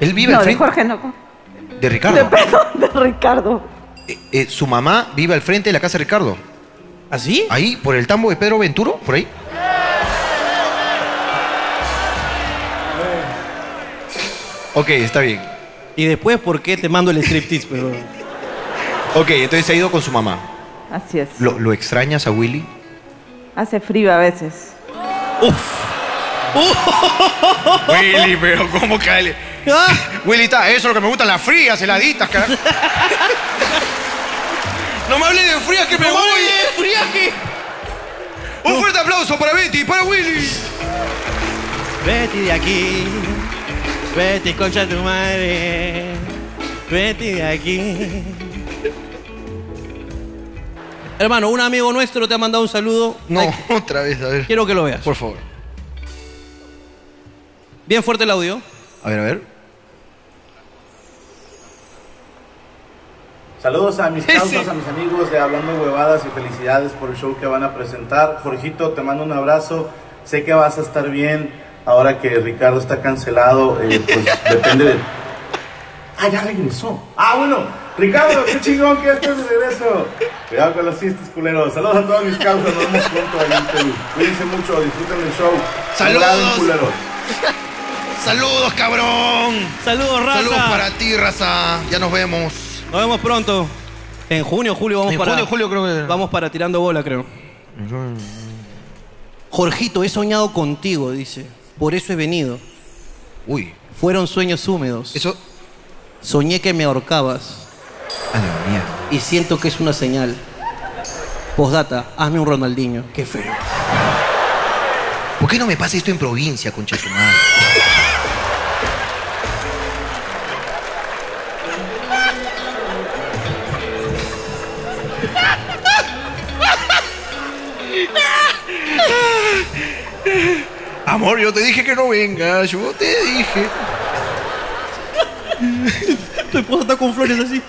Speaker 2: Él vive
Speaker 12: no,
Speaker 2: al
Speaker 12: de
Speaker 2: frente
Speaker 12: Jorge no.
Speaker 2: de, Ricardo.
Speaker 12: De Ricardo.
Speaker 2: Eh, su mamá vive al frente de la casa de Ricardo.
Speaker 1: ¿Así?
Speaker 2: Ahí, por el tambo de Pedro Venturo, por ahí. Ok, está bien.
Speaker 1: Y después, ¿por qué te mando el striptease? Pero...
Speaker 2: Ok, entonces se ha ido con su mamá.
Speaker 12: Así es.
Speaker 2: ¿Lo, lo extrañas a Willy?
Speaker 12: Hace frío a veces.
Speaker 6: Willy, pero ¿cómo cale?
Speaker 1: Ah.
Speaker 6: Willy, está, eso es lo que me gustan las frías, heladitas, carajo. No me hable de enfriaje, me voy. enfriaje! Un fuerte aplauso para Betty, para Willy.
Speaker 1: Vete de aquí, vete concha de tu madre, vete de aquí. Hermano, un amigo nuestro te ha mandado un saludo.
Speaker 2: No, otra vez, a ver.
Speaker 1: Quiero que lo veas. Por
Speaker 2: favor.
Speaker 1: Bien fuerte el audio.
Speaker 2: A ver, a ver.
Speaker 20: Saludos a mis causas, a mis amigos de Hablando Huevadas y felicidades por el show que van a presentar. Jorgito, te mando un abrazo. Sé que vas a estar bien ahora que Ricardo está cancelado. eh, pues depende de. Ah, ya regresó. Ah, bueno. Ricardo, qué chingón que ya estás de regreso. Cuidado con los chistes, culeros. Saludos a todos mis causas. Nos vemos pronto ahí en Perú. Cuídense mucho, disfruten el show.
Speaker 6: Saludos.
Speaker 20: Cuidado, culeros.
Speaker 6: Saludos, cabrón.
Speaker 1: Saludos, raza.
Speaker 6: Saludos para ti, raza. Ya nos vemos.
Speaker 1: Nos vemos pronto. En junio, julio vamos
Speaker 6: En
Speaker 1: para.
Speaker 6: junio,
Speaker 1: julio creo que. Vamos para tirando bola, creo. Jorgito, he soñado contigo, dice. Por eso he venido. Uy. Fueron sueños húmedos. Eso. Soñé que me ahorcabas. Y siento que es una señal. Postdata, hazme un Ronaldinho. Qué feo.
Speaker 2: ¿Por qué no me pasa esto en provincia, concha de su madre?
Speaker 6: Amor, yo te dije que no vengas, yo te dije.
Speaker 1: Tu esposa está con flores así,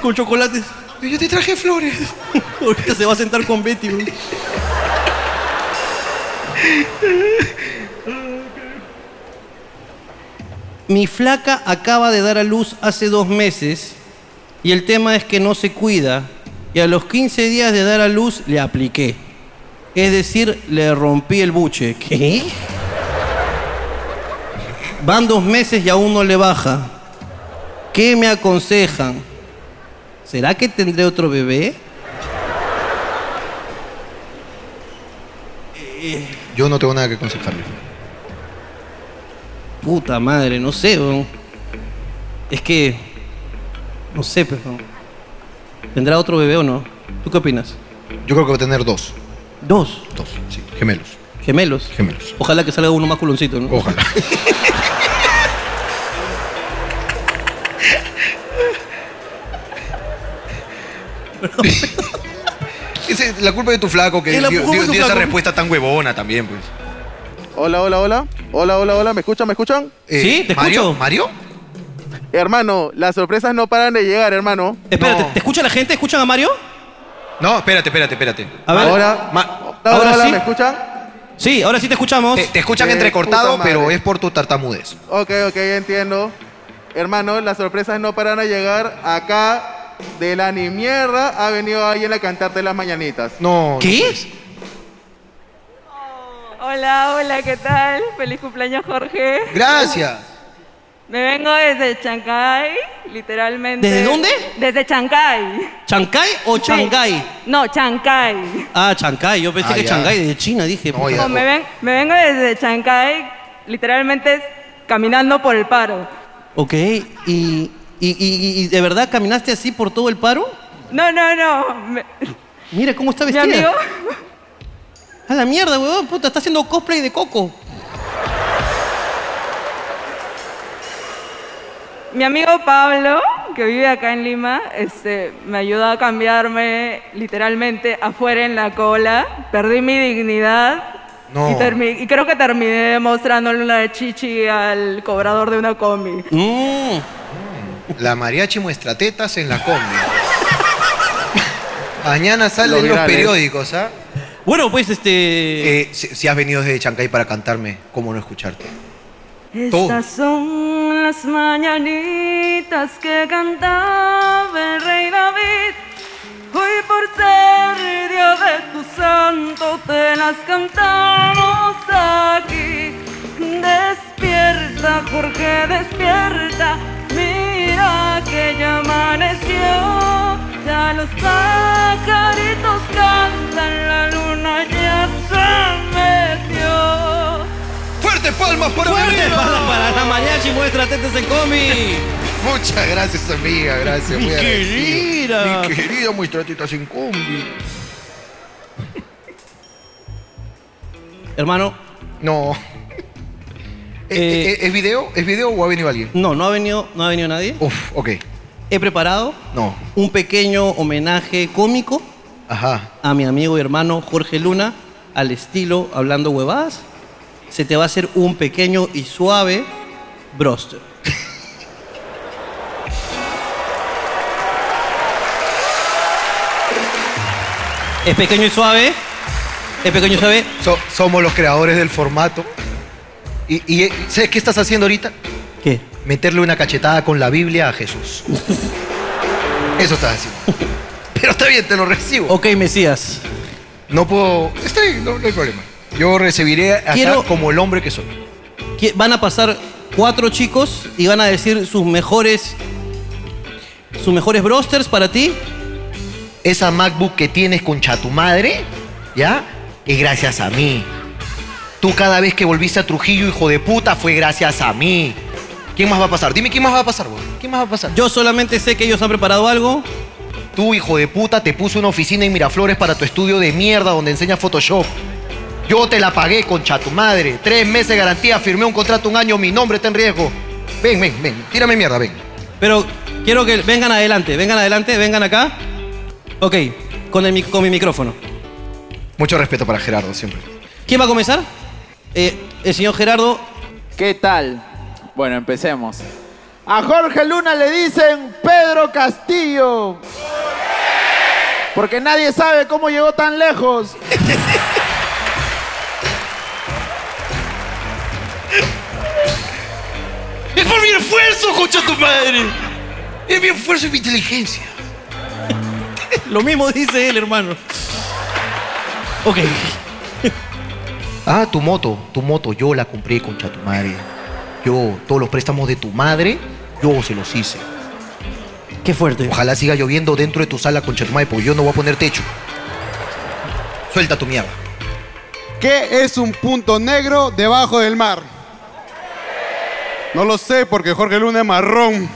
Speaker 1: con chocolates.
Speaker 6: Yo te traje flores.
Speaker 1: Ahorita se va a sentar con Betty, güey. Mi flaca acaba de dar a luz hace dos meses y el tema es que no se cuida. Y a los 15 días de dar a luz le apliqué. Es decir, le rompí el buche. ¿Qué? Van dos meses y aún no le baja. ¿Qué me aconsejan? ¿Será que tendré otro bebé?
Speaker 2: Yo no tengo nada que aconsejarle.
Speaker 1: Puta madre, no sé, weón. Es que. No sé, pero. ¿Tendrá otro bebé o no? ¿Tú qué opinas?
Speaker 2: Yo creo que va a tener dos.
Speaker 1: ¿Dos?
Speaker 2: Dos, sí. Gemelos.
Speaker 1: ¿Gemelos?
Speaker 2: Gemelos.
Speaker 1: Ojalá que salga uno más culoncito, ¿no?
Speaker 2: Ojalá. Esa es la culpa de tu flaco que
Speaker 6: Es la
Speaker 2: dio,
Speaker 6: culpa de
Speaker 2: dio-
Speaker 6: tu
Speaker 2: dio esa
Speaker 6: flaco.
Speaker 2: respuesta tan huevona también, pues.
Speaker 7: Hola, hola, hola. Hola, hola, hola. ¿Me escuchan? ¿Me escuchan?
Speaker 2: Eh, Sí, te ¿Mario? escucho. ¿Mario?
Speaker 7: Hermano, las sorpresas no paran de llegar, hermano.
Speaker 1: Espérate, ¿te escucha la gente? ¿Escuchan a Mario?
Speaker 2: No, espérate, espérate, espérate.
Speaker 1: A ver.
Speaker 7: Ahora,
Speaker 2: Hola,
Speaker 1: ahora
Speaker 2: hola,
Speaker 1: sí.
Speaker 2: ¿me
Speaker 7: escuchan?
Speaker 1: Sí, ahora sí te escuchamos.
Speaker 2: Te, te escuchan
Speaker 7: Eh,
Speaker 2: entrecortado,
Speaker 7: puta madre.
Speaker 2: pero es por tu tartamudez.
Speaker 7: Ok, ok, ya entiendo. Hermano, las sorpresas no paran de llegar. Acá, de la ni mierda, ha venido alguien a cantarte las mañanitas.
Speaker 2: No.
Speaker 12: Hola, hola, ¿qué tal? Feliz cumpleaños, Jorge.
Speaker 2: Gracias.
Speaker 12: Me vengo desde Chancay, literalmente.
Speaker 1: ¿Desde dónde?
Speaker 12: Desde Chancay.
Speaker 1: ¿Chancay o Chancay?
Speaker 12: No, Chancay.
Speaker 1: Ah, Chancay. Yo pensé
Speaker 6: Ah,
Speaker 1: que
Speaker 6: ya.
Speaker 1: Chancay de China, dije. puta.
Speaker 12: No, me, ven- me vengo desde Chancay, literalmente caminando por el paro.
Speaker 1: Ok, y, y, y- y- y de verdad caminaste así por todo el paro?
Speaker 12: No, no, no. me-
Speaker 1: Mira cómo está
Speaker 12: Mi
Speaker 1: vestida.
Speaker 12: amigo.
Speaker 1: A la mierda, weón, puta, está haciendo cosplay de Coco.
Speaker 12: Mi amigo Pablo, que vive acá en Lima, este, me ayudó a cambiarme literalmente afuera en la cola. Perdí mi dignidad
Speaker 2: No.
Speaker 12: y, termi- y creo que terminé mostrándole una chichi al cobrador de una combi.
Speaker 1: Mm.
Speaker 2: La mariachi muestra tetas en la combi. Mañana salen
Speaker 1: Lo
Speaker 2: los
Speaker 1: viral, ¿eh?
Speaker 2: periódicos, ¿ah? Eh,
Speaker 1: Bueno, pues este.
Speaker 2: si, si has venido desde Chancay para cantarme, ¿cómo no escucharte?
Speaker 12: Estas son las mañanitas que cantaba el rey David. Hoy por ser día de tu santo te las cantamos aquí. Despierta, Jorge, despierta. Mira que ya amaneció. Ya los pajaritos cantan, la luna ya se metió.
Speaker 6: ¡Fuertes palmas para
Speaker 1: Fuertes palmas para la mariachi muestra tetas en combi.
Speaker 2: Muchas gracias, amiga. Gracias.
Speaker 6: Mi
Speaker 2: muy agradecido.
Speaker 6: querida.
Speaker 2: Mi querida muestratita sin combi.
Speaker 1: Hermano.
Speaker 2: No. Eh, ¿Es video? ¿Es video o ha venido alguien?
Speaker 1: No, no ha venido, no ha venido nadie.
Speaker 2: Uf, ok.
Speaker 1: He preparado
Speaker 2: No.
Speaker 1: un pequeño homenaje cómico
Speaker 2: Ajá.
Speaker 1: a mi amigo y hermano Jorge Luna al estilo Hablando Huevadas. Se te va a hacer un pequeño y suave broster. ¿Es pequeño y suave? ¿Es pequeño y suave?
Speaker 2: So- somos los creadores del formato. Y, y, eh, ¿sabes qué estás haciendo ahorita?
Speaker 1: ¿Qué?
Speaker 2: Meterle una cachetada con la Biblia a Jesús. Eso estás haciendo. Pero está bien, te lo recibo.
Speaker 1: Ok, Mesías.
Speaker 2: No puedo. Está bien, no, no hay problema. Yo recibiré acá
Speaker 1: Quiero-
Speaker 2: como el hombre que soy.
Speaker 1: que van a pasar cuatro chicos y van a decir sus mejores sus mejores brosters para ti.
Speaker 2: Esa MacBook que tienes con tu madre, ¿ya? Es gracias a mí. Tú cada vez que volviste a Trujillo, hijo de puta, fue gracias a mí. ¿Quién más va a pasar? Dime quién más va a pasar, güey. ¿Quién más va a pasar?
Speaker 1: Yo solamente sé que ellos han preparado algo.
Speaker 2: Tú, hijo de puta, te puse una oficina en Miraflores para tu estudio de mierda donde enseñas Photoshop. Yo te la pagué, concha tu madre. Tres meses de garantía, firmé un contrato un año, mi nombre está en riesgo. Ven, ven, ven. Tírame mierda, ven.
Speaker 1: Pero quiero que vengan adelante, vengan adelante, vengan acá. Ok, con, el, mi- con mi micrófono.
Speaker 2: Mucho respeto para Gerardo, siempre.
Speaker 1: ¿Quién va a comenzar? Eh, el señor Gerardo.
Speaker 21: ¿Qué tal? Bueno, empecemos. A Jorge Luna le dicen Pedro Castillo. Porque nadie sabe cómo llegó tan lejos.
Speaker 6: ¡Es por mi esfuerzo, concha tu madre! ¡Es mi esfuerzo y mi inteligencia!
Speaker 1: Lo mismo dice él, hermano. Ok.
Speaker 2: Ah, tu moto, tu moto, yo la compré, concha tu madre. Yo, todos los préstamos de tu madre, yo se los hice.
Speaker 1: Qué fuerte.
Speaker 2: Ojalá siga lloviendo dentro de tu sala, concha tu madre, porque yo no voy a poner techo. Suelta tu mierda.
Speaker 22: ¿Qué es un punto negro debajo del mar? No lo sé porque Jorge Luna es marrón.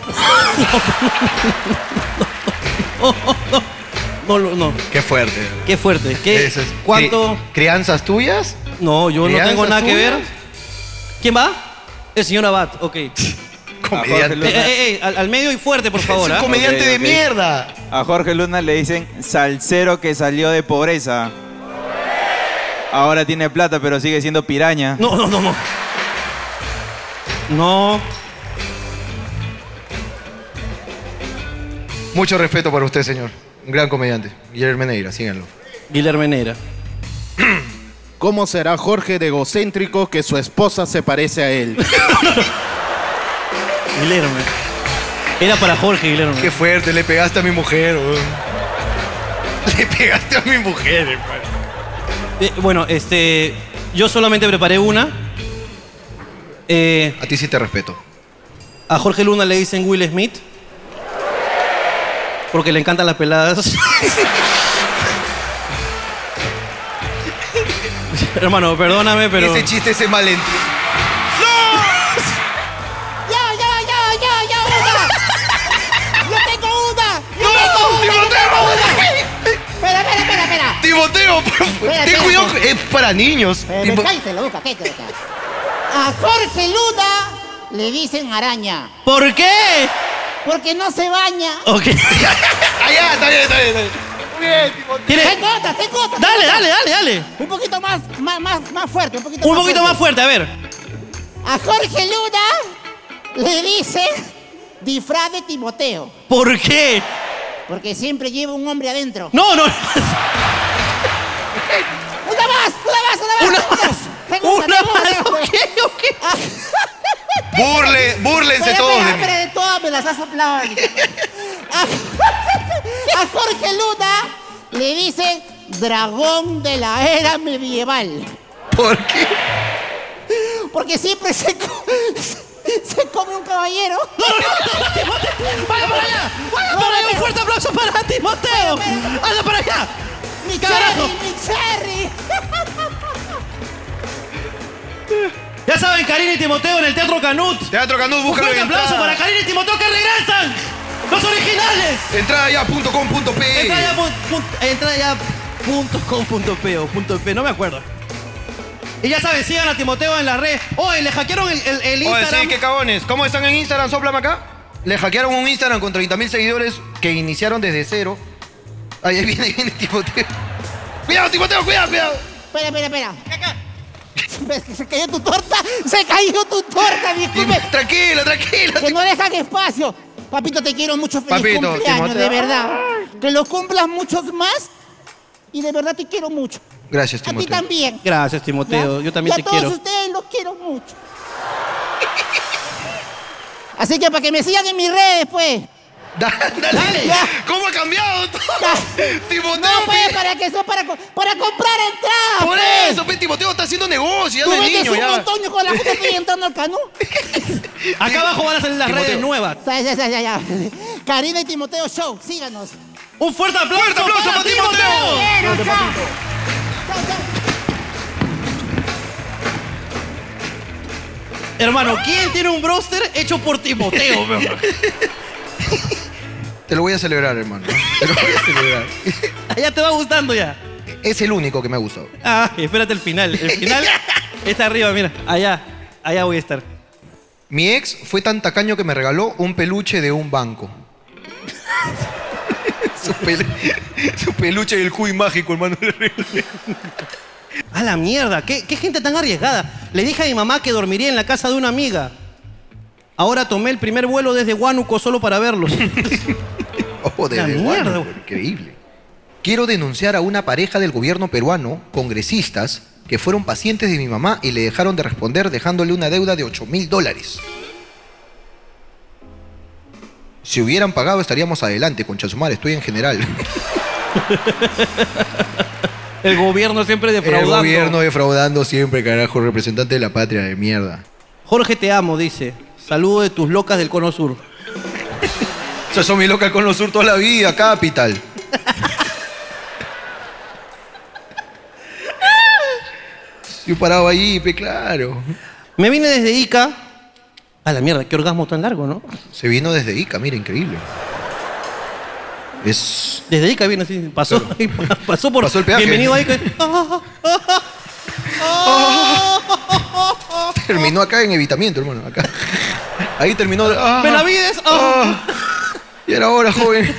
Speaker 1: No, no, no.
Speaker 2: Qué fuerte.
Speaker 1: Qué fuerte. ¿Qué,
Speaker 2: Eso es.
Speaker 1: ¿Cuánto? Ah,
Speaker 2: ¿Crianzas tuyas?
Speaker 1: No, yo no tengo
Speaker 2: ¿Crianzas
Speaker 1: nada que ver.
Speaker 2: tuyas?
Speaker 1: ¿Quién va? El señor Abad, ok.
Speaker 21: Comediante.
Speaker 1: Eh, eh, eh, al, al medio y fuerte, por favor. ¿ah?
Speaker 21: Ok, ok. A Jorge Luna le dicen salsero que salió de pobreza. Ahora tiene plata, pero sigue siendo piraña.
Speaker 1: No, no, no, no. No.
Speaker 2: Mucho respeto para usted, señor. Un gran comediante. Guillermo Meneira, síganlo.
Speaker 1: Guillermo Meneira.
Speaker 22: ¿Cómo será Jorge de egocéntrico que su esposa se parece a él?
Speaker 1: Guillermo. Era para Jorge, Guillermo.
Speaker 2: Qué fuerte, le pegaste a mi mujer, weón. Le pegaste a mi mujer, hermano.
Speaker 1: Eh, bueno, este. Yo solamente preparé una. Eh,
Speaker 2: a ti sí te respeto.
Speaker 1: A Jorge Luna le dicen Will Smith. Porque le encantan las peladas. Hermano, perdóname, pero.
Speaker 2: Ese chiste se malentiende.
Speaker 6: ¡Ya, ya, ya, ya, ya, una! ¡Yo tengo una! ¡Yo tengo una! ¡Timoteo! Espera, espera, espera, espera.
Speaker 2: ¡Timoteo, por
Speaker 6: Espera,
Speaker 2: Ten
Speaker 6: espera,
Speaker 2: cuidado,
Speaker 6: espera.
Speaker 2: es para niños.
Speaker 6: Pero
Speaker 2: Tipo-
Speaker 6: cállate la boca, cállate la boca. A Jorge Luna le dicen araña.
Speaker 1: ¿Por qué?
Speaker 6: Porque no se baña.
Speaker 1: Ok.
Speaker 6: Allá, está bien, está bien, está bien. Muy bien,
Speaker 1: Tiene-
Speaker 6: Ten gotas, ten gotas.
Speaker 1: Dale,
Speaker 6: ten gotas.
Speaker 1: dale, dale, dale.
Speaker 6: Un poquito más, más, más, más fuerte, un poquito
Speaker 1: Un
Speaker 6: más
Speaker 1: poquito más fuerte, a ver.
Speaker 6: A Jorge Luna le dicen disfraz de Timoteo.
Speaker 1: ¿Por qué?
Speaker 6: Porque siempre lleva un hombre adentro.
Speaker 1: No, no.
Speaker 6: ¡Una más! ¡Una más! ¡Una más! ¡Una más!
Speaker 2: Burle- búrlense todos de mí.
Speaker 6: Pero de todas me las has soplado. Ah, A, a Jorge Luna le dice dragón de la era medieval.
Speaker 2: ¿Por qué?
Speaker 6: Porque siempre se, co- se come un caballero. ¡Vaya para allá! ¡Vaya para allá! ¡Un fuerte aplauso para Timoteo! ¡Anda para allá! ¡Mi
Speaker 1: Carajo.
Speaker 6: cherry! ¡Mi cherry!
Speaker 1: Ya saben, Karina y Timoteo en el Teatro Canut.
Speaker 6: Teatro Canut,
Speaker 1: Un
Speaker 6: busca
Speaker 1: fuerte
Speaker 6: la
Speaker 1: aplauso
Speaker 6: entrada.
Speaker 1: para Karina y Timoteo que regresan. Los originales.
Speaker 6: Entradaya.com.pe
Speaker 1: Entradaya.com.pe o punto .p, no me acuerdo. Y ya saben, sigan a Timoteo en la red. Oye, le hackearon el, el- el
Speaker 2: Oye,
Speaker 1: Instagram.
Speaker 2: sí, qué cagones. ¿Cómo están en Instagram? Sóplame acá. Le hackearon un Instagram con 30.000 seguidores que iniciaron desde cero. Ay, ahí viene, ahí viene Timoteo. ¡Cuidado, Timoteo, cuidado, cuidado!
Speaker 3: Espera, espera, espera. Se- Se cayó tu torta. Se cayó tu torta, disculpe.
Speaker 2: Tranquila, tranquila.
Speaker 3: Que no dejan espacio. Papito, te quiero mucho. Feliz
Speaker 2: Papito,
Speaker 3: cumpleaños,
Speaker 2: Timoteo.
Speaker 3: de verdad. Que lo cumplas muchos más. Y de verdad te quiero mucho.
Speaker 2: Gracias,
Speaker 1: Este
Speaker 3: A ti
Speaker 2: Timoteo.
Speaker 3: también.
Speaker 1: Gracias, Timoteo.
Speaker 3: ¿Ya?
Speaker 1: Yo también te
Speaker 3: Y a todos
Speaker 1: quiero.
Speaker 3: ustedes los quiero mucho. Así que para que me sigan en mis redes, pues.
Speaker 6: Dale. ¿Cómo ha cambiado todo? Timoteo.
Speaker 3: No, pues, para que eso, para, co- para comprar entradas.
Speaker 6: Por
Speaker 3: pues.
Speaker 6: eso, pe, Timoteo está haciendo negocio, ya
Speaker 3: Tú
Speaker 6: no es
Speaker 3: vendes
Speaker 6: niño,
Speaker 3: un
Speaker 6: ya.
Speaker 3: montón, yo con la puta estoy entrando al canú.
Speaker 1: Acá abajo van a salir las
Speaker 3: Timoteo.
Speaker 1: redes nuevas.
Speaker 3: Ya, ya, ya, ya, ya. Karina y Timoteo Show, síganos.
Speaker 1: Un fuerte aplauso,
Speaker 3: ¡Fuerte
Speaker 6: aplauso para Timoteo! Fuerte, papito.
Speaker 1: Hermano, ¿quién tiene un broster hecho por Timoteo? mi amor?
Speaker 2: Te lo voy a celebrar, hermano. Te lo voy a celebrar.
Speaker 1: ya te va gustando ya.
Speaker 2: Es el único que me ha gustado.
Speaker 1: Ah, espérate el final. El final está arriba, mira. Allá. Allá voy a estar.
Speaker 2: Mi ex fue tan tacaño que me regaló un peluche de un banco. su, pel- su peluche del cuy mágico, hermano.
Speaker 1: A la mierda, ¿qué, qué gente tan arriesgada. Le dije a mi mamá que dormiría en la casa de una amiga. Ahora tomé el primer vuelo desde Huánuco solo para verlos.
Speaker 2: Ojo, Oh, de
Speaker 1: La
Speaker 2: de
Speaker 1: mierda,
Speaker 2: guano, Increíble. Quiero denunciar a una pareja del gobierno peruano, congresistas, que fueron pacientes de mi mamá y le dejaron de responder dejándole una deuda de 8 mil dólares. Si hubieran pagado estaríamos adelante, con Chasumar, estoy en general.
Speaker 1: El gobierno siempre
Speaker 2: El
Speaker 1: defraudando.
Speaker 2: gobierno defraudando siempre, carajo, representante de la patria de mierda.
Speaker 1: Jorge, te amo, dice. Saludo de tus locas del Cono Sur.
Speaker 2: O sea, son mi loca con los sur toda la vida, capital. Yo parado ahí, pe, claro.
Speaker 1: Me vine desde Ica. A la mierda, qué orgasmo tan largo, ¿no?
Speaker 2: Se vino desde Ica, mira, increíble. Es.
Speaker 1: Desde Ica vino así, pasó, pasó por.
Speaker 2: Pasó el peaje.
Speaker 1: Bienvenido a Ica. Ah,
Speaker 2: Terminó acá en evitamiento, hermano. Acá. Ahí terminó. ¡Ah!
Speaker 1: Benavides. ah.
Speaker 2: Y era hora, joven.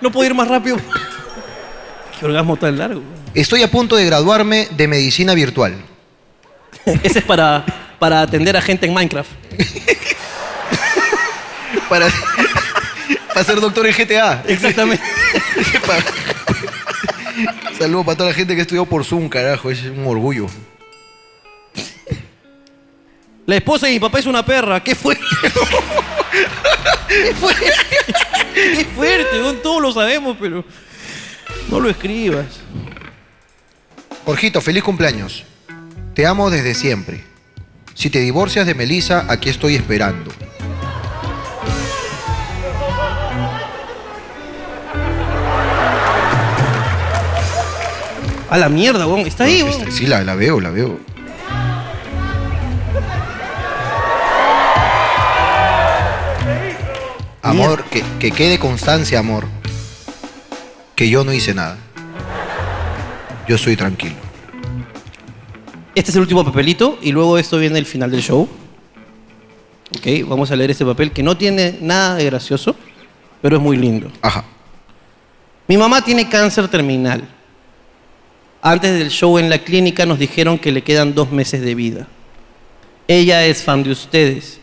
Speaker 1: No puedo ir más rápido. Qué orgasmo tan largo.
Speaker 2: Estoy a punto de graduarme de medicina virtual.
Speaker 1: Ese es para, para atender a gente en Minecraft.
Speaker 2: Para, para ser doctor en GTA.
Speaker 1: Exactamente.
Speaker 2: Saludos para toda la gente que estudió por Zoom, carajo. Es un orgullo.
Speaker 1: La esposa de mi papá es una perra. ¿Qué fue? ¡Qué fuerte! ¡Qué fuerte! weón, Todos lo sabemos, pero. No lo escribas.
Speaker 2: Jorgito, feliz cumpleaños. Te amo desde siempre. Si te divorcias de Melissa, aquí estoy esperando.
Speaker 1: A la mierda, weón. Está ahí,
Speaker 2: Esta- Este, Sí, la, la veo, la veo. Amor, que, que quede constancia, amor, que yo no hice nada. Yo estoy tranquilo.
Speaker 1: Este es el último papelito y luego esto viene el final del show. Ok, vamos a leer este papel que no tiene nada de gracioso, pero es muy lindo.
Speaker 2: Ajá.
Speaker 1: Mi mamá tiene cáncer terminal. Antes del show en la clínica nos dijeron que le quedan dos meses de vida. Ella es fan de ustedes.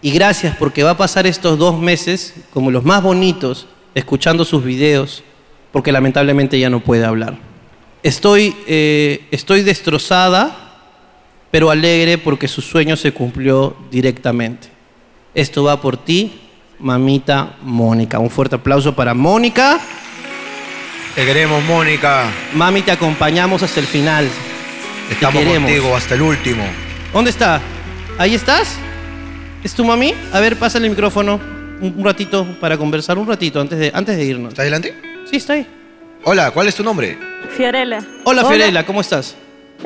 Speaker 1: Y gracias porque va a pasar estos dos meses como los más bonitos, escuchando sus videos, porque lamentablemente ya no puede hablar. Estoy, eh, estoy destrozada, pero alegre porque su sueño se cumplió directamente. Esto va por ti, mamita Mónica. Un fuerte aplauso para Mónica.
Speaker 2: Te queremos, Mónica.
Speaker 1: Mami, te acompañamos hasta el final. Te
Speaker 2: Estamos
Speaker 1: queremos.
Speaker 2: contigo hasta el último.
Speaker 1: ¿Dónde está? ¿Ahí estás? ¿Es tu mami? A ver, pásale el micrófono un un ratito para conversar un ratito antes de, antes de irnos. ¿Está
Speaker 2: adelante?
Speaker 1: Sí, está ahí.
Speaker 2: Hola, ¿cuál es tu nombre?
Speaker 5: Fiorella.
Speaker 1: Hola, Fiorella, ¿cómo estás?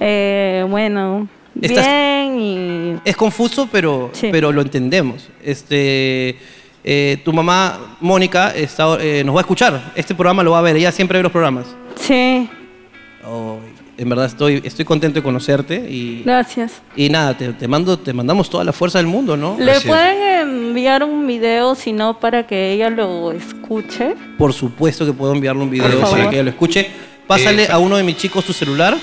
Speaker 5: Eh, bueno,
Speaker 1: Estás-
Speaker 12: bien y
Speaker 1: Es confuso, pero,
Speaker 12: Sí.
Speaker 1: pero lo entendemos. Este, eh, tu mamá, Mónica, está- eh, nos va a escuchar. Este programa lo va a ver. Ella siempre ve los programas.
Speaker 12: sí,
Speaker 1: Oh, en verdad estoy, estoy contento de conocerte y,
Speaker 12: gracias.
Speaker 1: y nada, te, te mando, te mandamos toda la fuerza del mundo, ¿no?
Speaker 12: ¿Le pueden enviar un video si no para que ella lo escuche?
Speaker 1: Por supuesto que puedo enviarle un video
Speaker 12: Por favor.
Speaker 1: para que ella lo escuche. Pásale a uno de mis chicos tu celular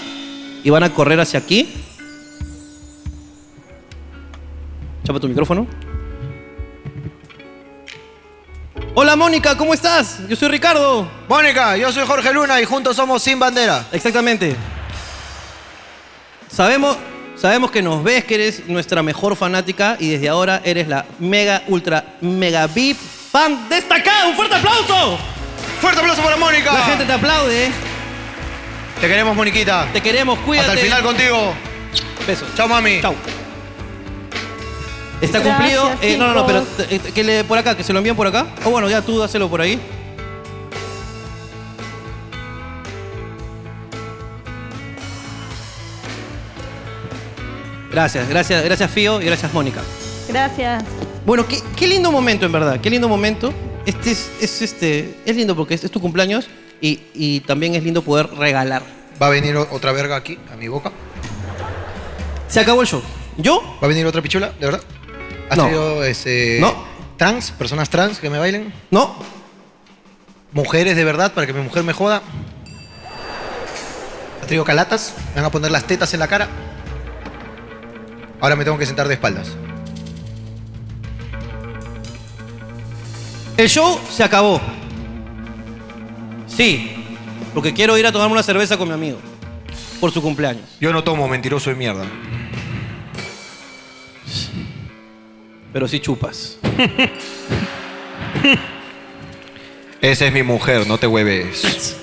Speaker 1: y van a correr hacia aquí. Chapa tu micrófono. Hola Mónica, ¿cómo estás? Yo soy Ricardo.
Speaker 2: Mónica, yo soy Jorge Luna y juntos somos Sin Bandera.
Speaker 1: Exactamente. Sabemos, sabemos que nos ves, que eres nuestra mejor fanática y desde ahora eres la mega, ultra, mega VIP fan destacada. ¡Un fuerte aplauso!
Speaker 2: ¡Fuerte aplauso para Mónica!
Speaker 1: La gente te aplaude. ¿eh?
Speaker 2: Te queremos, Moniquita.
Speaker 1: Te queremos, cuídate.
Speaker 2: Hasta el final contigo.
Speaker 1: Besos.
Speaker 2: Chao, mami.
Speaker 1: Chao. Está
Speaker 2: Gracias,
Speaker 1: cumplido. Eh, no, no, no, pero
Speaker 2: chicos.
Speaker 1: eh, que le, por acá, que se lo envíen por acá. O bueno, ya tú dáselo por ahí. Gracias, gracias, gracias Fío y gracias Mónica.
Speaker 12: Gracias.
Speaker 1: Bueno, qué, qué lindo momento en verdad, qué lindo momento. Este es, es, este, es lindo porque es, es tu cumpleaños y, y también es lindo poder regalar.
Speaker 2: ¿Va a venir o- otra verga aquí, a mi boca?
Speaker 1: Se acabó el show. ¿Yo?
Speaker 2: ¿Va a venir otra pichula, de verdad? ¿Has
Speaker 1: No.
Speaker 2: tenido ese,
Speaker 1: No.
Speaker 2: trans, personas trans que me bailen?
Speaker 1: No.
Speaker 2: ¿Mujeres de verdad para que mi mujer me joda? ¿Has tenido calatas? ¿Me van a poner las tetas en la cara? Ahora me tengo que sentar de espaldas.
Speaker 1: El show se acabó. Sí, porque quiero ir a tomarme una cerveza con mi amigo por su cumpleaños.
Speaker 2: Yo no tomo, mentiroso de mierda.
Speaker 1: Pero sí chupas.
Speaker 2: Esa es mi mujer, no te hueves.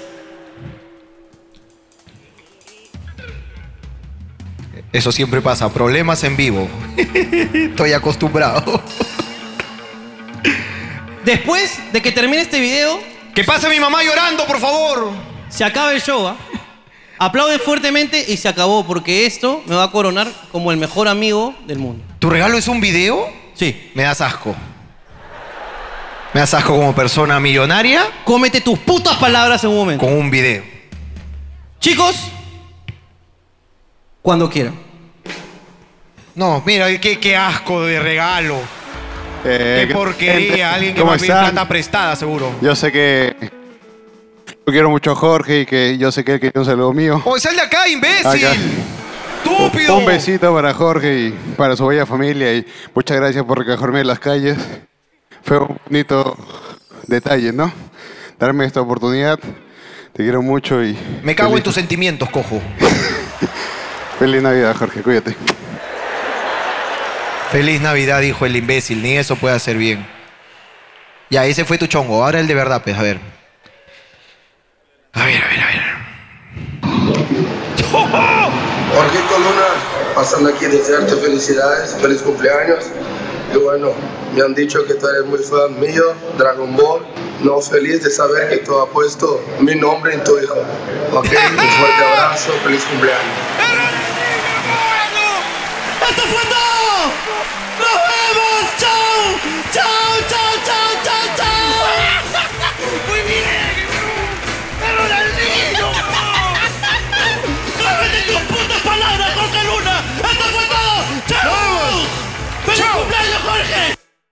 Speaker 2: Eso siempre pasa, problemas en vivo. Estoy acostumbrado.
Speaker 1: Después de que termine este video.
Speaker 2: ¡Que pase mi mamá llorando, por favor!
Speaker 1: Se acaba el show, ¿ah? Aplaude fuertemente y se acabó, porque esto me va a coronar como el mejor amigo del mundo.
Speaker 2: ¿Tu regalo es un video?
Speaker 1: Sí.
Speaker 2: Me das asco. Me das asco como persona millonaria.
Speaker 1: Cómete tus putas palabras en un momento.
Speaker 2: Con un video.
Speaker 1: Chicos, cuando quieran.
Speaker 2: No, mira, qué, qué asco de regalo. qué porquería. Alguien que
Speaker 6: Eh, ¿cómo
Speaker 2: va a pedir
Speaker 6: están?
Speaker 2: plata prestada, seguro.
Speaker 6: Yo sé que. Yo quiero mucho a Jorge y que yo sé que él quería un saludo mío.
Speaker 2: ¡Oh, sal de acá, imbécil!
Speaker 6: Acá.
Speaker 2: ¡Estúpido!
Speaker 6: Un besito para Jorge y para su bella familia y muchas gracias por recogerme en las calles. Fue un bonito detalle, ¿no? Darme esta oportunidad. Te quiero mucho y.
Speaker 2: Me cago en
Speaker 6: feliz-
Speaker 2: tus sentimientos, cojo.
Speaker 6: Feliz Navidad, Jorge, cuídate.
Speaker 2: Feliz Navidad, dijo el imbécil. Ni eso puede hacer bien. Ya, ese fue tu chongo. Ahora el de verdad, pues, a ver.
Speaker 23: Jorge Coluna, pasando aquí a desearte felicidades, feliz cumpleaños. Y bueno, me han dicho que tú eres muy fan mío, Dragon Ball. No feliz de saber que tú has puesto mi nombre en tu hijo. Ok, un fuerte abrazo, feliz cumpleaños.
Speaker 24: ¡Esto fue todo! ¡Nos vemos! ¡Chao! ¡Chao, chao, chao, chao, chao!